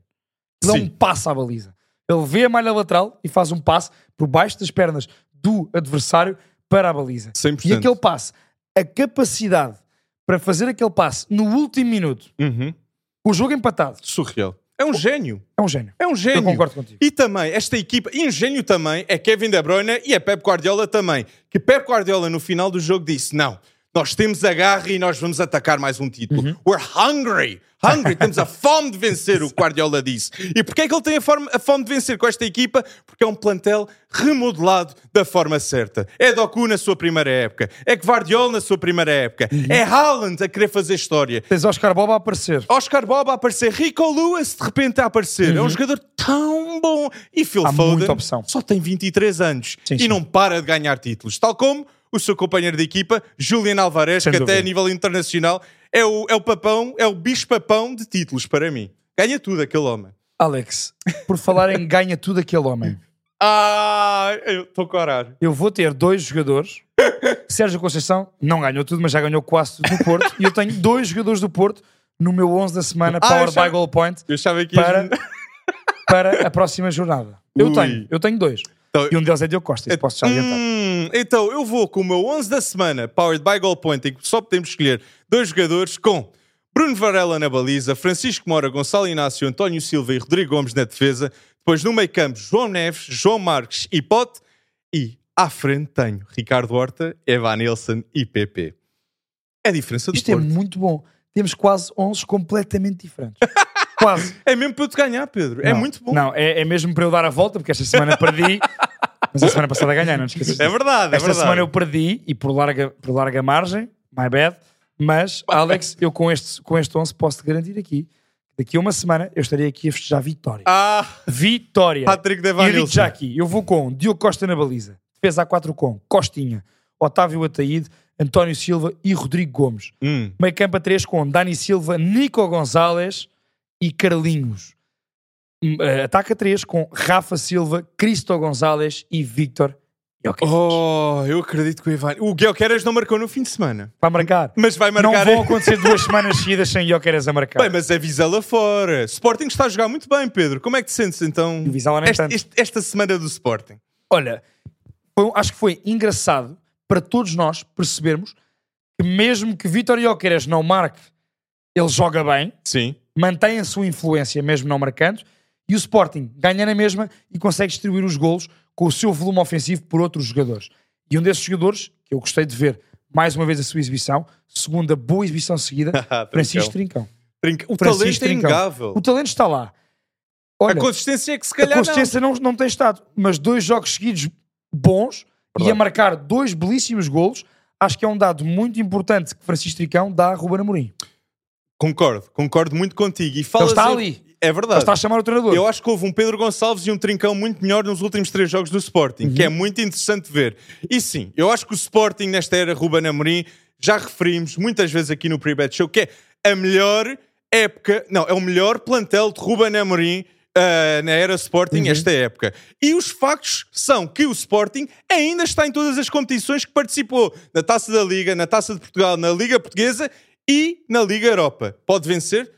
B: Ele dá
A: Sim.
B: um passo à baliza. Ele vê a malha lateral e faz um passe por baixo das pernas do adversário para a baliza.
A: 100%.
B: E aquele passe, a capacidade para fazer aquele passe no último minuto,
A: Uhum.
B: com o jogo empatado,
A: Surreal. É um gênio.
B: é um gênio.
A: É um gênio.
B: Eu concordo contigo.
A: E também, esta equipa, e um gênio também, é Kevin De Bruyne e é Pep Guardiola também. Que Pep Guardiola, no final do jogo, disse: Não, nós temos a garra e nós vamos atacar mais um título.
B: Uhum.
A: We're hungry. Hungry. temos a fome de vencer, o Guardiola disse. E porquê é que ele tem a, forma- a fome de vencer com esta equipa? Porque é um plantel remodelado da forma certa. É Doku na sua primeira época. É Guardiola na sua primeira época.
B: Uhum.
A: É Haaland a querer fazer história.
B: Tens Oscar Boba a aparecer.
A: Oscar Bob a aparecer, Rico Lewis de repente a aparecer. É um jogador tão bom. E Phil
B: Uhum. Há
A: Foden
B: muita opção.
A: só tem 23 anos
B: Sim,
A: e
B: sim.
A: não para de ganhar títulos. Tal como o seu companheiro de equipa, Julian Alvarez,
B: Sem
A: que até
B: dúvida.
A: a nível internacional é o, é o papão, é o bicho-papão de títulos para mim. Ganha tudo aquele homem.
B: Alex, por falar em ganha tudo aquele homem.
A: Ah, eu estou a orar.
B: eu vou ter dois jogadores. Sérgio Conceição não ganhou tudo, mas já ganhou quase tudo do Porto. e eu tenho dois jogadores do Porto no meu 11 da semana,
A: Ah, eu
B: Power
A: achava-
B: by Goal Point,
A: Eu estava aqui.
B: para, para a próxima jornada. Eu
A: Ui.
B: tenho, eu tenho dois.
A: Então-
B: E um deles é Diogo Costa, isso posso já adiantar.
A: Hum, então eu vou com o meu 11 da semana, powered by Goal Point, em que só podemos escolher dois jogadores com Bruno Varela na baliza, Francisco Mora, Gonçalo Inácio, António Silva e Rodrigo Gomes na defesa. Depois no meio campo, João Neves, João Marques e Pote. E à frente tenho Ricardo Horta, Eva Nilsson e PP. É a diferença do
B: Isto é
A: Porto.
B: muito bom. Temos quase 11 completamente diferentes. quase.
A: É... mesmo para eu te ganhar, Pedro. é
B: Não,
A: muito bom.
B: Não, é, é mesmo para eu dar a volta, porque esta semana perdi. Mas a semana passada ganhei, não te esqueças.
A: É
B: disso.
A: verdade, é
B: Esta
A: verdade.
B: semana eu perdi e por larga, por larga margem, my bad. Mas, Alex, eu com este, com este 11 posso te garantir aqui que daqui a uma semana eu estarei aqui a festejar vitória.
A: Ah,
B: Vitória!
A: Patrick de
B: E eu digo
A: Vanilson.
B: já aqui, eu vou com Diogo Costa na baliza, defesa A4 com Costinha, Otávio Ataíde, António Silva e Rodrigo Gomes.
A: Hum,
B: Meio campo a 3 com Dani Silva, Nico Gonzalez e Carlinhos. Hum, eh, Ataque a 3 com Rafa Silva, Cristo Gonzalez e Victor Jokic.
A: Oh, eu acredito que o Ivan. O Guilherme não marcou no fim de semana.
B: Vai marcar.
A: Mas vai
B: Não
A: marcar.
B: vão acontecer duas semanas seguidas sem Jokeres a marcar.
A: Bem, mas é Vizela fora. Sporting está a jogar muito bem, Pedro. Como é que te sentes então?
B: O Vizela nem
A: Este-
B: tanto.
A: este- esta semana do Sporting.
B: Olha, foi- um- acho que foi engraçado para todos nós percebermos que mesmo que Vitor Jokeres não marque, ele joga bem,
A: Sim.
B: mantém a sua influência mesmo não marcando, e o Sporting ganha na mesma e consegue distribuir os golos com o seu volume ofensivo por outros jogadores. E um desses jogadores, que eu gostei de ver mais uma vez a sua exibição, segunda boa exibição seguida, Francisco Trincão.
A: Trinca- Ah, O
B: Francisco
A: talento é
B: Trincão.
A: inegável.
B: O talento está lá.
A: A
B: Olha,
A: consistência é que se
B: a
A: calhar não.
B: consistência não. Não, tem estado, mas dois jogos seguidos bons e
A: Verdade.
B: a marcar dois belíssimos golos, acho que é um dado muito importante que Francisco Tricão dá a Ruben Amorim.
A: Concordo, concordo muito contigo. E
B: Ele
A: falas
B: está
A: em-
B: ali,
A: É
B: ele
A: verdade.
B: está a chamar o treinador.
A: Eu acho que houve um Pedro Gonçalves e um Trincão muito melhor nos últimos três jogos do Sporting, que é muito interessante ver. E sim, eu acho que o Sporting nesta era Ruben Amorim, já referimos muitas vezes aqui no Pre-Bet Show, que é a melhor época, não, é o melhor plantel de Ruben Amorim ah, na era Sporting esta época. E os factos são que o Sporting ainda está em todas as competições que participou, na Taça da Liga, na Taça de Portugal, na Liga Portuguesa e na Liga Europa. Pode vencer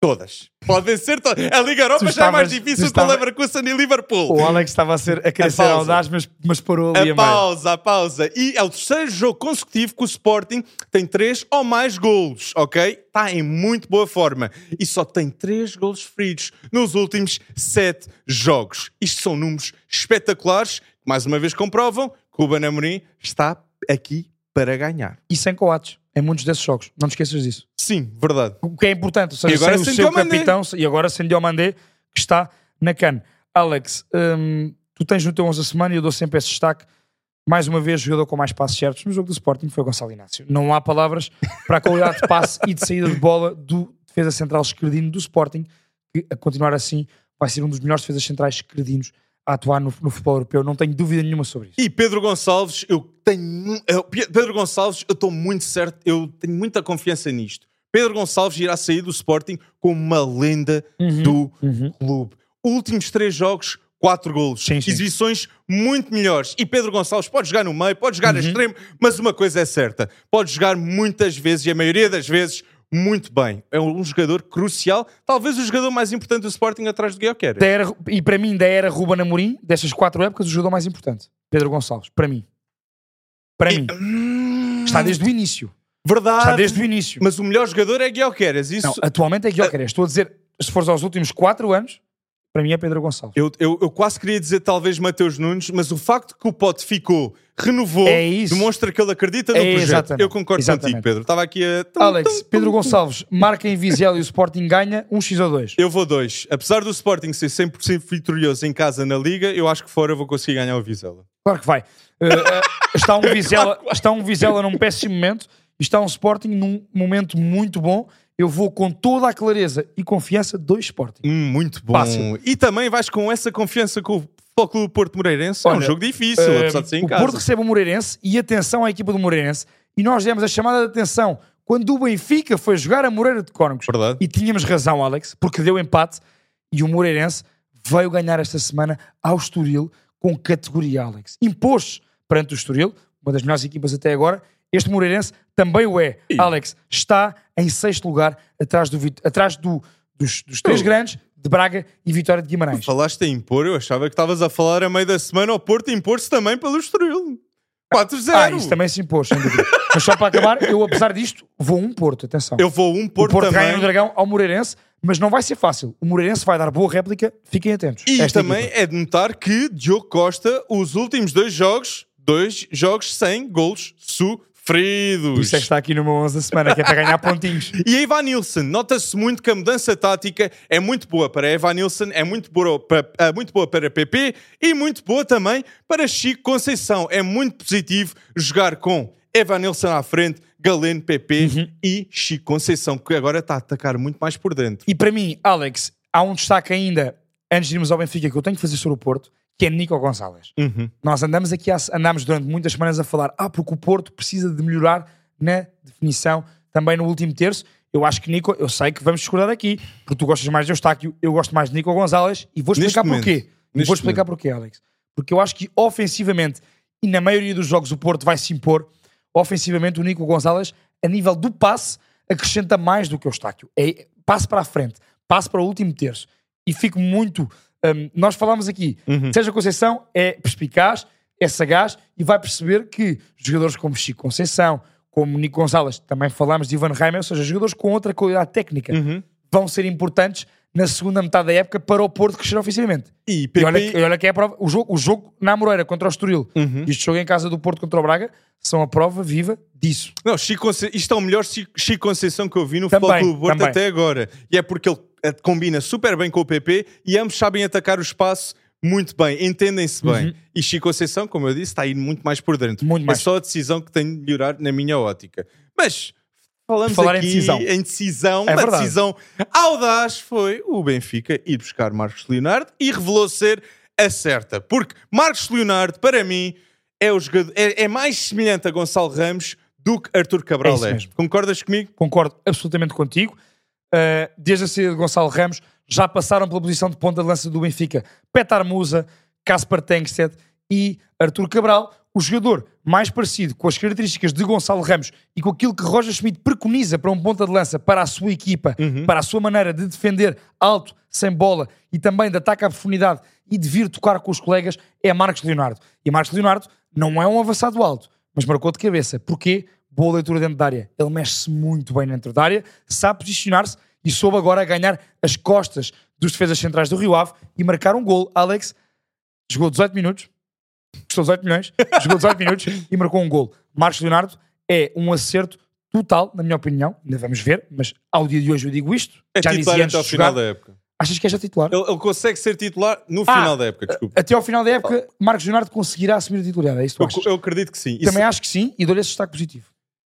A: Todas. Pode vencer todas. A Liga Europa
B: Tu
A: já é mais
B: estavas- Oh,
A: difícil
B: tu
A: que o
B: estava-
A: Leverkusen e Liverpool.
B: O Alex estava a, ser, a querer
A: A
B: ser
A: pausa.
B: audaz, mas, mas parou ali a,
A: A
B: meio.
A: pausa, a pausa. E é o terceiro jogo consecutivo que o Sporting tem três ou mais golos, ok? Está em muito boa forma. E só tem três golos feridos nos últimos sete jogos. Isto são números espetaculares que, mais uma vez, comprovam que o Ruben Amorim está aqui para ganhar.
B: E sem coates, em muitos desses jogos. Não te esqueças disso.
A: Sim, verdade.
B: O que é importante, ou seja,
A: E agora
B: sem
A: sem
B: o seu
A: Diomandé.
B: capitão, e agora sem Diomandé, que está na cana. Alex, hum, tu tens no teu 11 da semana e eu dou sempre esse destaque. Mais uma vez, jogador com mais passos certos no jogo do Sporting foi o Gonçalo Inácio. Não há palavras para a qualidade de passe e de saída de bola do defesa central esquerdino do Sporting, que a continuar assim vai ser um dos melhores defesas centrais esquerdinos a atuar no, no futebol europeu. Não tenho dúvida nenhuma sobre isso.
A: E Pedro Gonçalves, eu tenho. eu- Pedro Gonçalves, eu estou muito certo, eu tenho muita confiança nisto. Pedro Gonçalves irá sair do Sporting como uma lenda
B: Uhum,
A: do clube. Últimos três jogos, quatro golos.
B: Sim, sim.
A: Exibições muito melhores. E Pedro Gonçalves pode jogar no meio, pode jogar
B: Uhum.
A: a extremo, mas uma coisa é certa: pode jogar muitas vezes e a maioria das vezes. Muito bem, é um jogador crucial, talvez o jogador mais importante do Sporting atrás do Guilherme.
B: Da era- e para mim, da era Ruben Amorim, destas quatro épocas, o jogador mais importante. Pedro Gonçalves, para mim. Para mim. Está desde o início.
A: Verdade.
B: Está desde o início.
A: Ah, Mas o melhor jogador é Guilherme. Isso
B: Não, atualmente é Guilherme. Estou a dizer, se fores aos últimos quatro anos, para mim é Pedro Gonçalves.
A: eu, eu, eu quase queria dizer talvez Mateus Nunes, mas o facto que o Pote ficou, renovou,
B: É isso.
A: demonstra que ele acredita no
B: É
A: projeto.
B: exatamente.
A: Eu concordo contigo,
B: Exatamente.
A: Pedro. Estava aqui a. Então, tum,
B: Alex,
A: tum, tum.
B: Pedro Gonçalves marca em Vizela e o Sporting ganha 1x ou 2.
A: Eu vou dois. Apesar do Sporting ser 100% vitorioso em casa na Liga, eu acho que fora vou conseguir ganhar o Vizela.
B: Claro que vai. Uh, uh, está, um Vizela, está um Vizela num péssimo momento e está um Sporting num momento muito bom. Eu vou com toda a clareza e confiança do Sporting.
A: Hum, muito bom.
B: Fácil.
A: E também vais com essa confiança com o Futebol Clube Porto Moreirense. é um
B: Olha,
A: jogo difícil,
B: Uh,
A: apesar de ser em
B: o
A: casa.
B: Porto recebe o Moreirense e atenção à equipa do Moreirense. E nós demos a chamada de atenção quando o Benfica foi jogar a Moreira de Cónicos.
A: Verdade.
B: E tínhamos razão, Alex, porque deu empate e o Moreirense veio ganhar esta semana ao Estoril com categoria, Alex. Impôs perante o Estoril, uma das melhores equipas até agora, este Moreirense também o é. Alex está em sexto lugar atrás, do, Vit- atrás do- dos, dos três
A: Oh.
B: grandes de Braga e Vitória de Guimarães.
A: Falaste em impor, eu achava que estavas a falar a meio da semana ao Porto impor-se também pelo Estoril. 4-0.
B: Ah, isso também se impôs, sem dúvida. Mas só para acabar, eu apesar disto, vou um Porto, atenção.
A: Eu vou um
B: o
A: Porto,
B: Porto
A: também.
B: ganha no Dragão ao Moreirense, mas não vai ser fácil. O Moreirense vai dar boa réplica, fiquem atentos.
A: E
B: Esta
A: também
B: equipa.
A: é de notar que Diogo Costa, os últimos dois jogos, dois jogos sem gols
B: Por
A: sofridos.
B: Isso é que está aqui no meu 11 da semana, que é para ganhar pontinhos.
A: E a Evanilson, nota-se muito que a mudança tática é muito boa para a Evanilson, é muito boa para, é muito boa para PP e muito boa também para Chico Conceição. É muito positivo jogar com Evanilson à frente, Galeno, PP
B: Uhum.
A: e Chico Conceição, que agora está a atacar muito mais por dentro.
B: E para mim, Alex, há um destaque ainda, antes de irmos ao Benfica, que eu tenho que fazer sobre o Porto, que é Nico Gonzalez. Nós andamos aqui, a- andámos durante muitas semanas a falar, ah, porque o Porto precisa de melhorar na definição, também no último terço. Eu acho que Nico, eu sei que vamos discordar aqui, porque tu gostas mais de Eustáquio, eu gosto mais de Nico Gonzalez, e vou explicar
A: Neste
B: porquê.
A: momento.
B: E
A: Neste
B: vou explicar porquê, Alex. Porque eu acho que ofensivamente, e na maioria dos jogos o Porto vai se impor, ofensivamente o Nico Gonzalez, a nível do passe, acrescenta mais do que o Estáquio. É passe para a frente, passe para o último terço. E fico muito... hum, nós falámos aqui,
A: Uhum.
B: Sérgio Conceição é perspicaz, é sagaz e vai perceber que jogadores como Chico Conceição, como Nico Gonzalez, também falámos de Ivan Reimer, ou seja, jogadores com outra qualidade técnica,
A: Uhum.
B: vão ser importantes na segunda metade da época para o Porto crescer ofensivamente.
A: E
B: E
A: PP
B: olha, que- e olha que é a prova. O jogo, o jogo na Moreira contra o Estoril e este jogo em casa do Porto contra o Braga são a prova viva disso.
A: Não, Chico Conce... isto é o melhor Chico Chico Conceição que eu vi no
B: Também,
A: Futebol Clube do Porto
B: também.
A: até agora. E é porque ele eh, combina super bem com o PP e ambos sabem atacar o espaço muito bem, entendem-se bem. E Chico Conceição, como eu disse, está aí muito mais por dentro.
B: Uhum. Muito mais.
A: É só a decisão que tem de melhorar na minha ótica. Mas falamos
B: Falar em
A: aqui
B: decisão.
A: em decisão,
B: É
A: uma
B: verdade.
A: decisão audaz foi o Benfica ir buscar Marcos Leonardo e revelou ser a certa. Porque Marcos Leonardo, para mim, é, o jogador, é, é mais semelhante a Gonçalo Ramos do que Arthur
B: É
A: Cabral
B: isso
A: é.
B: mesmo.
A: Concordas comigo?
B: Concordo absolutamente contigo. Uh, desde a saída de Gonçalo Ramos, já passaram pela posição de ponta de lança do Benfica Petar Musa, Kaspar Tengsted e Arthur Cabral. O jogador mais parecido com as características de Gonçalo Ramos e com aquilo que Roger Schmidt preconiza para um ponta de lança para a sua equipa, para a sua maneira de defender alto, sem bola e também de ataque à profundidade e de vir tocar com os colegas, é Marcos Leonardo. E Marcos Leonardo não é um avançado alto, mas marcou de cabeça. Porquê? Boa leitura dentro da área. Ele mexe-se muito bem dentro da área, sabe posicionar-se e soube agora ganhar as costas dos defesas centrais do Rio Ave e marcar um gol. Alex jogou 18 minutos, custou 18 milhões, jogou 18 minutos e marcou um gol. Marcos Leonardo é um acerto total, na minha opinião. Ainda vamos ver, mas ao dia de hoje eu digo isto.
A: É
B: já
A: titular
B: dizia antes
A: até ao
B: de
A: final
B: jogar.
A: da época.
B: Achas que é já titular?
A: Ele, ele consegue ser titular no
B: Ah!
A: final da época, desculpa.
B: Até ao final da época, Marcos Leonardo conseguirá assumir a titularidade. É isso que tu achas?
A: Eu, eu acredito que sim. E
B: Também acho que sim e dou-lhe esse destaque positivo.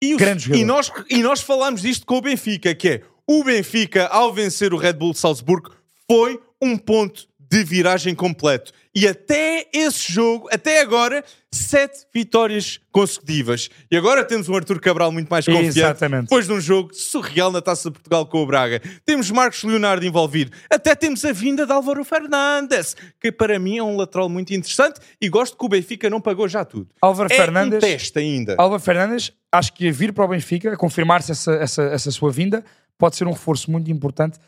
A: E, o-
B: Grande jogador.
A: e nós, e nós falámos disto com o Benfica, que é O Benfica, ao vencer o Red Bull de Salzburgo, foi um ponto de viragem completo. E até esse jogo, até agora, sete vitórias consecutivas. E agora temos um Arthur Cabral muito mais confiante.
B: Exatamente.
A: Depois de um jogo surreal na Taça de Portugal com o Braga. Temos Marcos Leonardo envolvido. Até temos a vinda de Álvaro Fernandes, que para mim é um lateral muito interessante e gosto que o Benfica não pagou já tudo.
B: Álvaro
A: é
B: Fernandes-
A: um teste ainda.
B: Alba Fernandes, acho que a vir para o Benfica, a confirmar-se essa, essa, essa sua vinda, pode ser um reforço muito importante,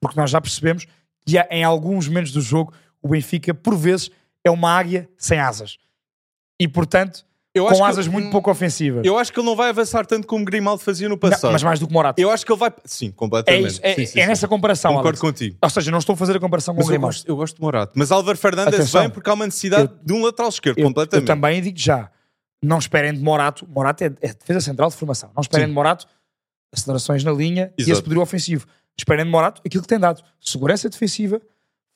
B: porque nós já percebemos que há- em alguns momentos do jogo o Benfica, por vezes, é uma águia sem asas. E, portanto,
A: Eu acho
B: com
A: que-
B: asas muito pouco ofensivas.
A: Eu acho que ele não vai avançar tanto como Grimaldo fazia no
B: Não,
A: passado.
B: mas mais do que Morato.
A: Eu acho que ele vai. Sim,
B: é
A: completamente.
B: isso, é,
A: Sim, sim,
B: é
A: sim.
B: nessa comparação,
A: Concordo
B: Alex.
A: contigo.
B: Ou seja, não estou a fazer a comparação com
A: Mas
B: o
A: eu
B: Grimaldo.
A: gosto, eu gosto de Morato. Mas Álvaro Fernandes
B: Atenção.
A: vem porque há uma necessidade de um lateral esquerdo,
B: Eu
A: completamente.
B: também digo já, não esperem de Morato. Morato é, é defesa central de formação. Não esperem
A: Sim.
B: de Morato acelerações na linha e
A: Exato.
B: esse poder ofensivo. Esperem de Morato aquilo que tem dado. Segurança defensiva,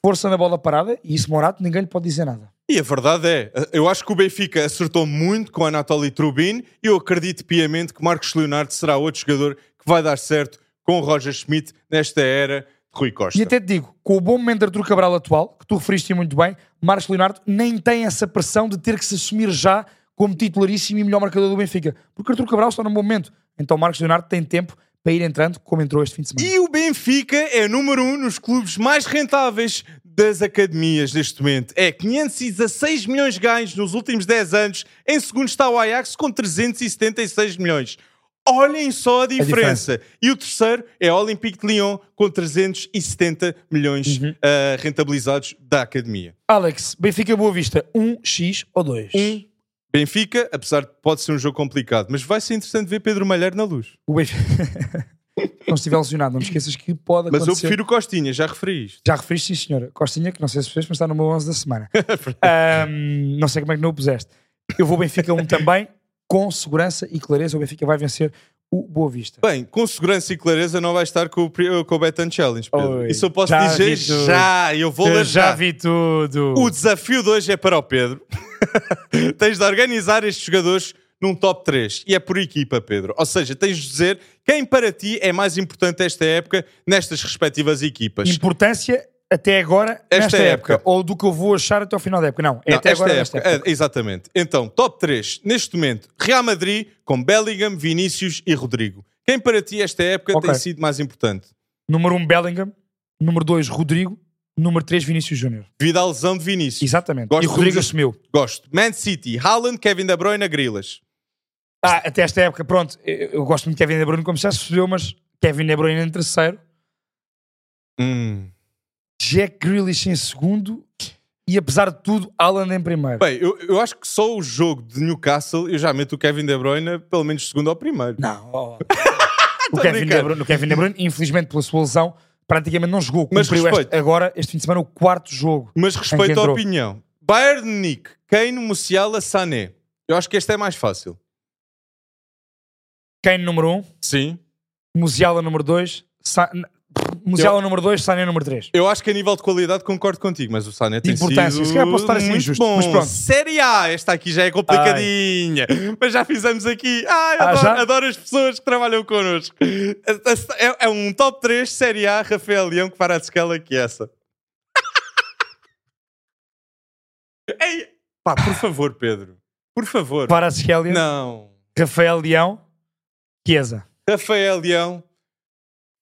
B: força na bola parada e isso Morato ninguém lhe pode dizer nada.
A: E a verdade é, eu acho que o Benfica acertou muito com Anatoly Trubin e eu acredito piamente que Marcos Leonardo será outro jogador que vai dar certo com o Roger Schmidt nesta era de Rui Costa.
B: E até te digo, com o bom momento de Artur Cabral atual, que tu referiste muito bem, Marcos Leonardo nem tem essa pressão de ter que se assumir já como titularíssimo e melhor marcador do Benfica. Porque Artur Cabral está num bom momento. Então Marcos Leonardo tem tempo para ir entrando como entrou este fim de semana.
A: E o Benfica é número um nos clubes mais rentáveis das academias neste momento. É 516 milhões de ganhos nos últimos 10 anos. Em segundo está o Ajax com 376 milhões. Olhem só a diferença. E o terceiro é o Olympique de Lyon com 370 milhões ah, rentabilizados da academia.
B: Alex, Benfica Boa Vista, 1x ou 2?
A: Um Benfica, apesar de pode ser um jogo complicado, mas vai ser interessante ver Pedro Malheiro na luz.
B: O Benfica. não estiver lesionado, não te esqueças que pode
A: Mas
B: acontecer.
A: eu prefiro o Costinha, já referi isto.
B: Já referiste, sim, senhora. Costinha, que não sei se fez, mas está no meu 11 da semana.
A: É
B: Ahm, não sei como é que não o puseste. Eu vou Benfica 1 também, com segurança e clareza. O Benfica vai vencer o Boa Vista.
A: Bem, com segurança e clareza não vai estar com o, pri- com o Betan Challenge, Pedro.
B: Oi,
A: Isso eu posso
B: já
A: dizer
B: vi tudo.
A: já. Eu vou
B: Eu
A: ler
B: já
A: já.
B: vi tudo.
A: O desafio de hoje é para o Pedro. tens de organizar estes jogadores num top 3. E é por equipa, Pedro. Ou seja, tens de dizer quem para ti é mais importante esta época nestas respectivas equipas.
B: Importância até agora,
A: Esta é
B: nesta
A: época.
B: época. Ou do que eu vou achar até ao final da época. Não, é
A: Não,
B: até
A: esta
B: agora, nesta
A: época.
B: época.
A: É, exatamente. Então, top 3. Neste momento, Real Madrid com Bellingham, Vinícius e Rodrigo. Quem para ti esta época
B: Ok.
A: tem sido mais importante?
B: Número 1, Bellingham. Número 2, Rodrigo. Número 3, Vinícius Júnior.
A: Vida à lesão de Vinícius.
B: Exatamente.
A: Gosto
B: e o Rodrigo
A: de-
B: assumiu.
A: Gosto. Man City, Haaland, Kevin De Bruyne, Grilas.
B: Ah, até esta época, pronto, eu, eu gosto muito de Kevin De Bruyne, como já se percebeu, mas Kevin De Bruyne em terceiro, Jack Grealish em segundo e, apesar de tudo, Alan em primeiro.
A: Bem, eu, eu acho que só o jogo de Newcastle eu já meto o Kevin De Bruyne pelo menos segundo ao primeiro.
B: Não, ó, ó. o, Kevin De
A: brincando.
B: Bruyne, o Kevin De Bruyne, infelizmente pela sua lesão, praticamente não jogou.
A: Mas
B: Cumpriu este-
A: respeito.
B: agora, este fim de semana, o quarto jogo.
A: Mas
B: Quem
A: respeito
B: que
A: à
B: entrou?
A: opinião. Bayern de Nick, Kane, Musiala, Sané. Eu acho que este é mais fácil.
B: Kane número 1, um,
A: Sim.
B: Musiala número 2, Sa... n- Musiala número 2, Sané número 3.
A: Eu acho que a nível de qualidade concordo contigo, mas o Sané tem
B: importância,
A: sido
B: se calhar posso estar a ser
A: muito
B: injusto,
A: bom.
B: mas pronto.
A: Série A, esta aqui já é complicadinha. Mas já fizemos aqui. Ai,
B: Ah,
A: adoro,
B: já?
A: adoro as pessoas que trabalham connosco. É, é um top 3 Série A, Rafael Leão, que para a escala que é essa. Ei, pá, por favor, Pedro. Por favor.
B: Para Skellion,
A: Não.
B: Rafael Leão, Chiesa.
A: Rafael Leão,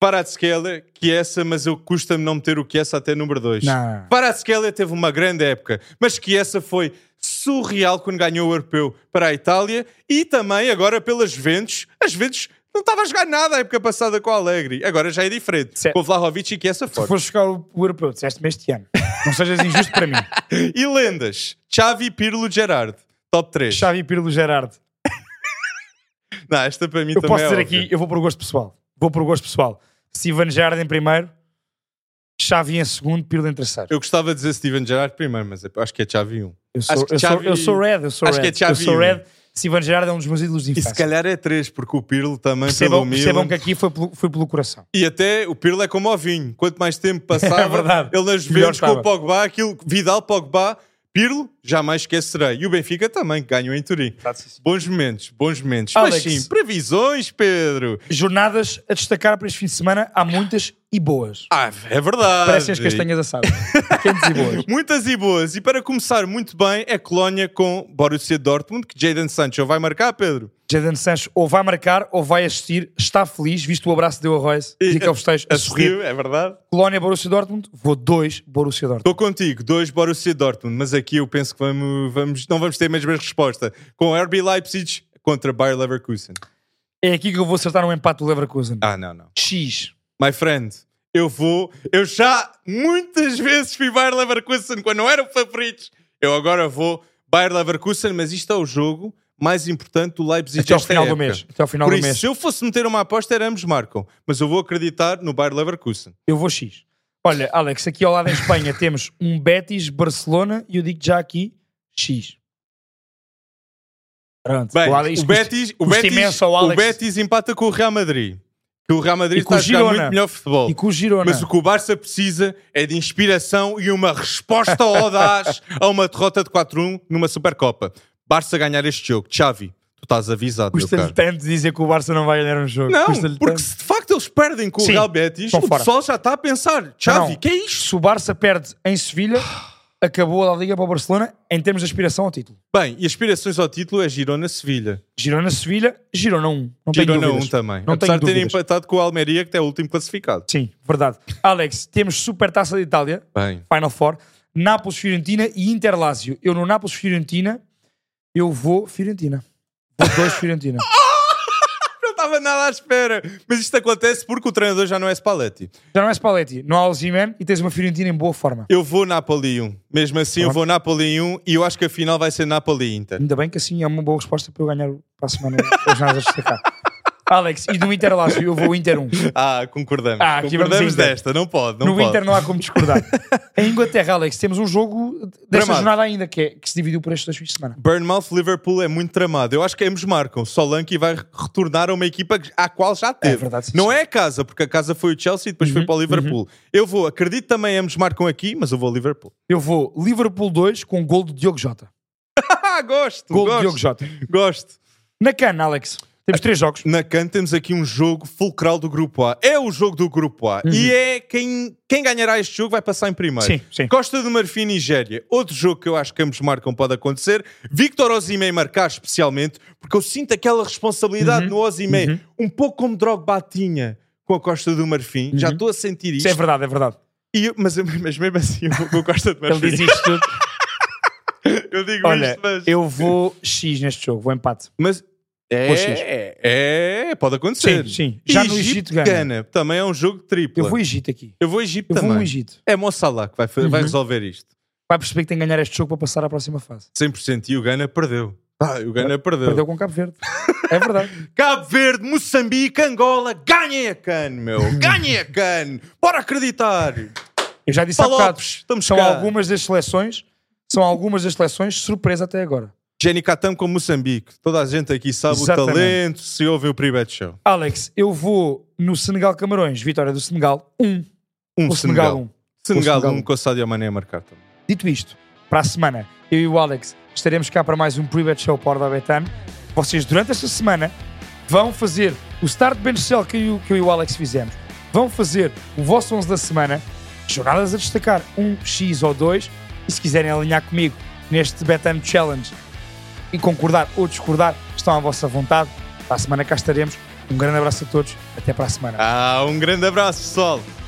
A: para a escala que é essa, mas eu custa-me não meter o que é essa até número 2.
B: Não.
A: Paratskelia teve uma grande época, mas que essa foi surreal quando ganhou o europeu para a Itália e também agora pelas Juventus. As Juventus não estava a jogar nada a época passada com o Alegre, agora já é diferente.
B: Certo.
A: Com o Vlahovic e que essa
B: Se
A: forte.
B: for jogar o, o europeu, disseste-me este ano. Não sejas injusto para mim.
A: E lendas: Xavi, Pirlo, Gerard. Top 3.
B: Xavi Pirlo Gerard.
A: Não, esta para mim
B: Eu
A: também
B: posso
A: é
B: dizer
A: óbvia.
B: aqui, eu vou por gosto pessoal. Vou por gosto pessoal. Steven Gerrard em primeiro, Xavi em segundo, Pirlo em terceiro.
A: Eu gostava de dizer Steven Gerard primeiro, mas acho que é Xavi 1.
B: Eu sou,
A: acho que
B: eu sou,
A: Xavi-
B: eu sou red, eu sou
A: acho
B: red.
A: que é Xavi,
B: eu sou red.
A: né?
B: Steven Gerrard é um dos meus ídolos de
A: E se
B: infância.
A: calhar é 3, porque o Pirlo também pelo
B: Percebam,
A: Milan.
B: percebam que aqui foi pelo, foi pelo coração.
A: E até o Pirlo é como o vinho. Quanto mais tempo passava,
B: É verdade.
A: ele nas
B: Melhor
A: Juventus com o
B: estava.
A: Pogba, aquilo Vidal Pogba, Pirlo, jamais esquecerei. E o Benfica também, que ganhou em Turim.
B: Tá, sim, sim.
A: Bons momentos, bons momentos.
B: Alex.
A: Mas sim, previsões, Pedro.
B: Jornadas a destacar para este fim de semana, há muitas e boas.
A: Ah, é verdade.
B: Parecem as castanhas assadas. Quentes e boas.
A: Muitas e boas. E para começar muito bem, é Colónia com Borussia Dortmund, que Jadon Sancho vai marcar, Pedro.
B: Jadon Sancho ou vai marcar ou vai assistir, está feliz, visto o abraço que deu a Royce e aquele festejo a sorrir.
A: é verdade.
B: Colónia Borussia Dortmund, vou dois Borussia Dortmund.
A: Estou contigo, dois Borussia Dortmund, mas aqui eu penso que vamos, vamos- não vamos ter a mesma resposta. Com RB Leipzig contra Bayer Leverkusen.
B: É aqui que eu vou acertar um empate do Leverkusen.
A: Ah, não, não.
B: X.
A: My friend, eu vou. Eu já muitas vezes fui Bayer Leverkusen quando não eram favoritos. Eu agora vou Bayer Leverkusen, mas isto é o jogo mais importante do Leipzig
B: Até ao
A: desta
B: final do
A: época.
B: mês. Até ao final
A: Por
B: do
A: isso,
B: mês.
A: se eu fosse meter uma aposta, era ambos marcam. Mas eu vou acreditar no Bayer Leverkusen.
B: Eu vou X. Olha, Alex, aqui ao lado em Espanha temos um Betis, Barcelona e eu digo já aqui X. Pronto.
A: Bem, o,
B: Alex custa-
A: Betis, o,
B: custa
A: Betis,
B: imenso ao
A: o
B: Alex.
A: Betis empata com o Real Madrid. Que o Real Madrid
B: E com
A: está a jogar
B: o Girona.
A: muito melhor futebol.
B: E com o Girona.
A: Mas o que o Barça precisa é de inspiração e uma resposta audaz a uma derrota de 4-1 numa Supercopa. Barça ganhar este jogo. Xavi, tu estás avisado, meu caro.
B: Custa-lhe tanto dizer que o Barça não vai ganhar um jogo.
A: Não,
B: Custa-lhe
A: porque
B: tanto.
A: se de facto eles perdem com o
B: Sim,
A: Real Betis,
B: estão
A: o
B: fora.
A: pessoal já está a pensar. Xavi,
B: Não.
A: que é isto?
B: Se o Barça perde em Sevilha, acabou a La Liga para o Barcelona em termos de aspiração ao título.
A: Bem, e aspirações ao título é Girona-Sevilha.
B: Girona-Sevilha, Girona 1. Não tenho
A: Girona
B: dúvidas.
A: 1 também.
B: Não
A: Apesar
B: tenho
A: de terem
B: dúvidas.
A: empatado com o Almeria, que é o último classificado.
B: Sim, verdade. Alex, temos Supertaça de Itália,
A: Bem,
B: Final Four, Nápoles-Fiorentina e Inter-Lazio. Eu no Nápoles-Fiorentina, eu vou Fiorentina. Vou dois Fiorentina.
A: não estava nada à espera. Mas isto acontece porque o treinador já não é Spalletti.
B: Já não é Spalletti, não há Alziman e tens uma Fiorentina em boa forma.
A: Eu vou Napoli 1. Mesmo assim, eu vou Napoli 1 e eu acho que a final vai ser Napoli-Inter.
B: Ainda bem que assim é uma boa resposta para eu ganhar o- para a semana as jornadas a destacar. Alex, e do Inter-Lazio, eu vou Inter 1.
A: Ah, concordamos.
B: Ah, aqui vamos
A: concordamos
B: Inter.
A: desta. Não pode, não
B: no
A: pode.
B: Inter não há como discordar. em Inglaterra, Alex, temos um jogo desta
A: Dramático.
B: jornada ainda que, é- que se dividiu por estes dois fins de semana.
A: Burnmouth-Liverpool é muito tramado. Eu acho que ambos marcam. Solanke vai retornar a uma equipa que- à qual já teve.
B: verdade, sim,
A: não
B: sim.
A: é a casa, porque a casa foi o Chelsea e depois
B: Uhum,
A: foi para o Liverpool. Eu vou, acredito também ambos marcam aqui, mas eu vou ao Liverpool.
B: Eu vou Liverpool 2 com o gol de Diogo Jota.
A: Ah, gosto,
B: Gol de Diogo
A: gosto,
B: Jota.
A: gosto.
B: Na cana, Alex, temos três jogos.
A: Na CAN temos aqui um jogo fulcral do Grupo A. É o jogo do Grupo A. E é quem, quem ganhará este jogo vai passar em primeiro.
B: Uhum. Sim, sim.
A: Costa do Marfim, Nigéria. Outro jogo que eu acho que ambos marcam pode acontecer. Victor Osimhen marcar especialmente, porque eu sinto aquela
B: Uhum.
A: responsabilidade no Osimhen. Um pouco como Drogba tinha com a Costa do Marfim. Já estou a sentir
B: Isso
A: isto.
B: é verdade, é verdade.
A: E eu- mas, eu- mas mesmo assim eu vou com a Costa do
B: Ele
A: Marfim.
B: diz isto tudo.
A: Eu digo
B: Olha,
A: isto, mas...
B: eu vou X neste jogo, vou empate.
A: Mas
B: Vou X.
A: é, é, pode acontecer.
B: Sim, sim. Já no Egito ganha.
A: Também é um jogo triplo.
B: Eu vou Egito aqui.
A: Eu vou Egito
B: Eu
A: também.
B: vou Uhum. Egito.
A: É Mo Salah que vai, fa- vai resolver isto.
B: Vai perceber que tem que ganhar este jogo para passar à próxima fase.
A: 100% e o Gana perdeu. Ah, o Gana perdeu.
B: Perdeu com Cabo Verde. É verdade.
A: Cabo Verde, Moçambique, Angola, ganhem a CAN, meu. Ganhem a CAN. Bora acreditar.
B: Eu já disse há bocado.
A: Palopes, estamos
B: São
A: cá.
B: algumas das seleções, são algumas das seleções surpresa até agora.
A: Jenny Catam com Moçambique. Toda a gente aqui sabe o
B: Exatamente.
A: talento se ouve o private show.
B: Alex, eu vou no Senegal Camarões, vitória do Senegal 1, um,
A: Um
B: o Senegal 1.
A: Senegal. Senegal,
B: O Senegal.
A: um com o Sadio Mané a marcar também.
B: Dito isto, para a semana, eu e o Alex estaremos cá para mais um pre-bet show para o Betano. Vocês, durante esta semana, vão fazer o start bench cell que eu, que eu e o Alex fizemos. Vão fazer o vosso 11 da semana, jornadas a destacar, um X ou dois. E se quiserem alinhar comigo neste Betano Challenge e concordar ou discordar, estão à vossa vontade. Para a semana cá estaremos. Um grande abraço a todos. Até para a semana.
A: Ah, um grande abraço, pessoal.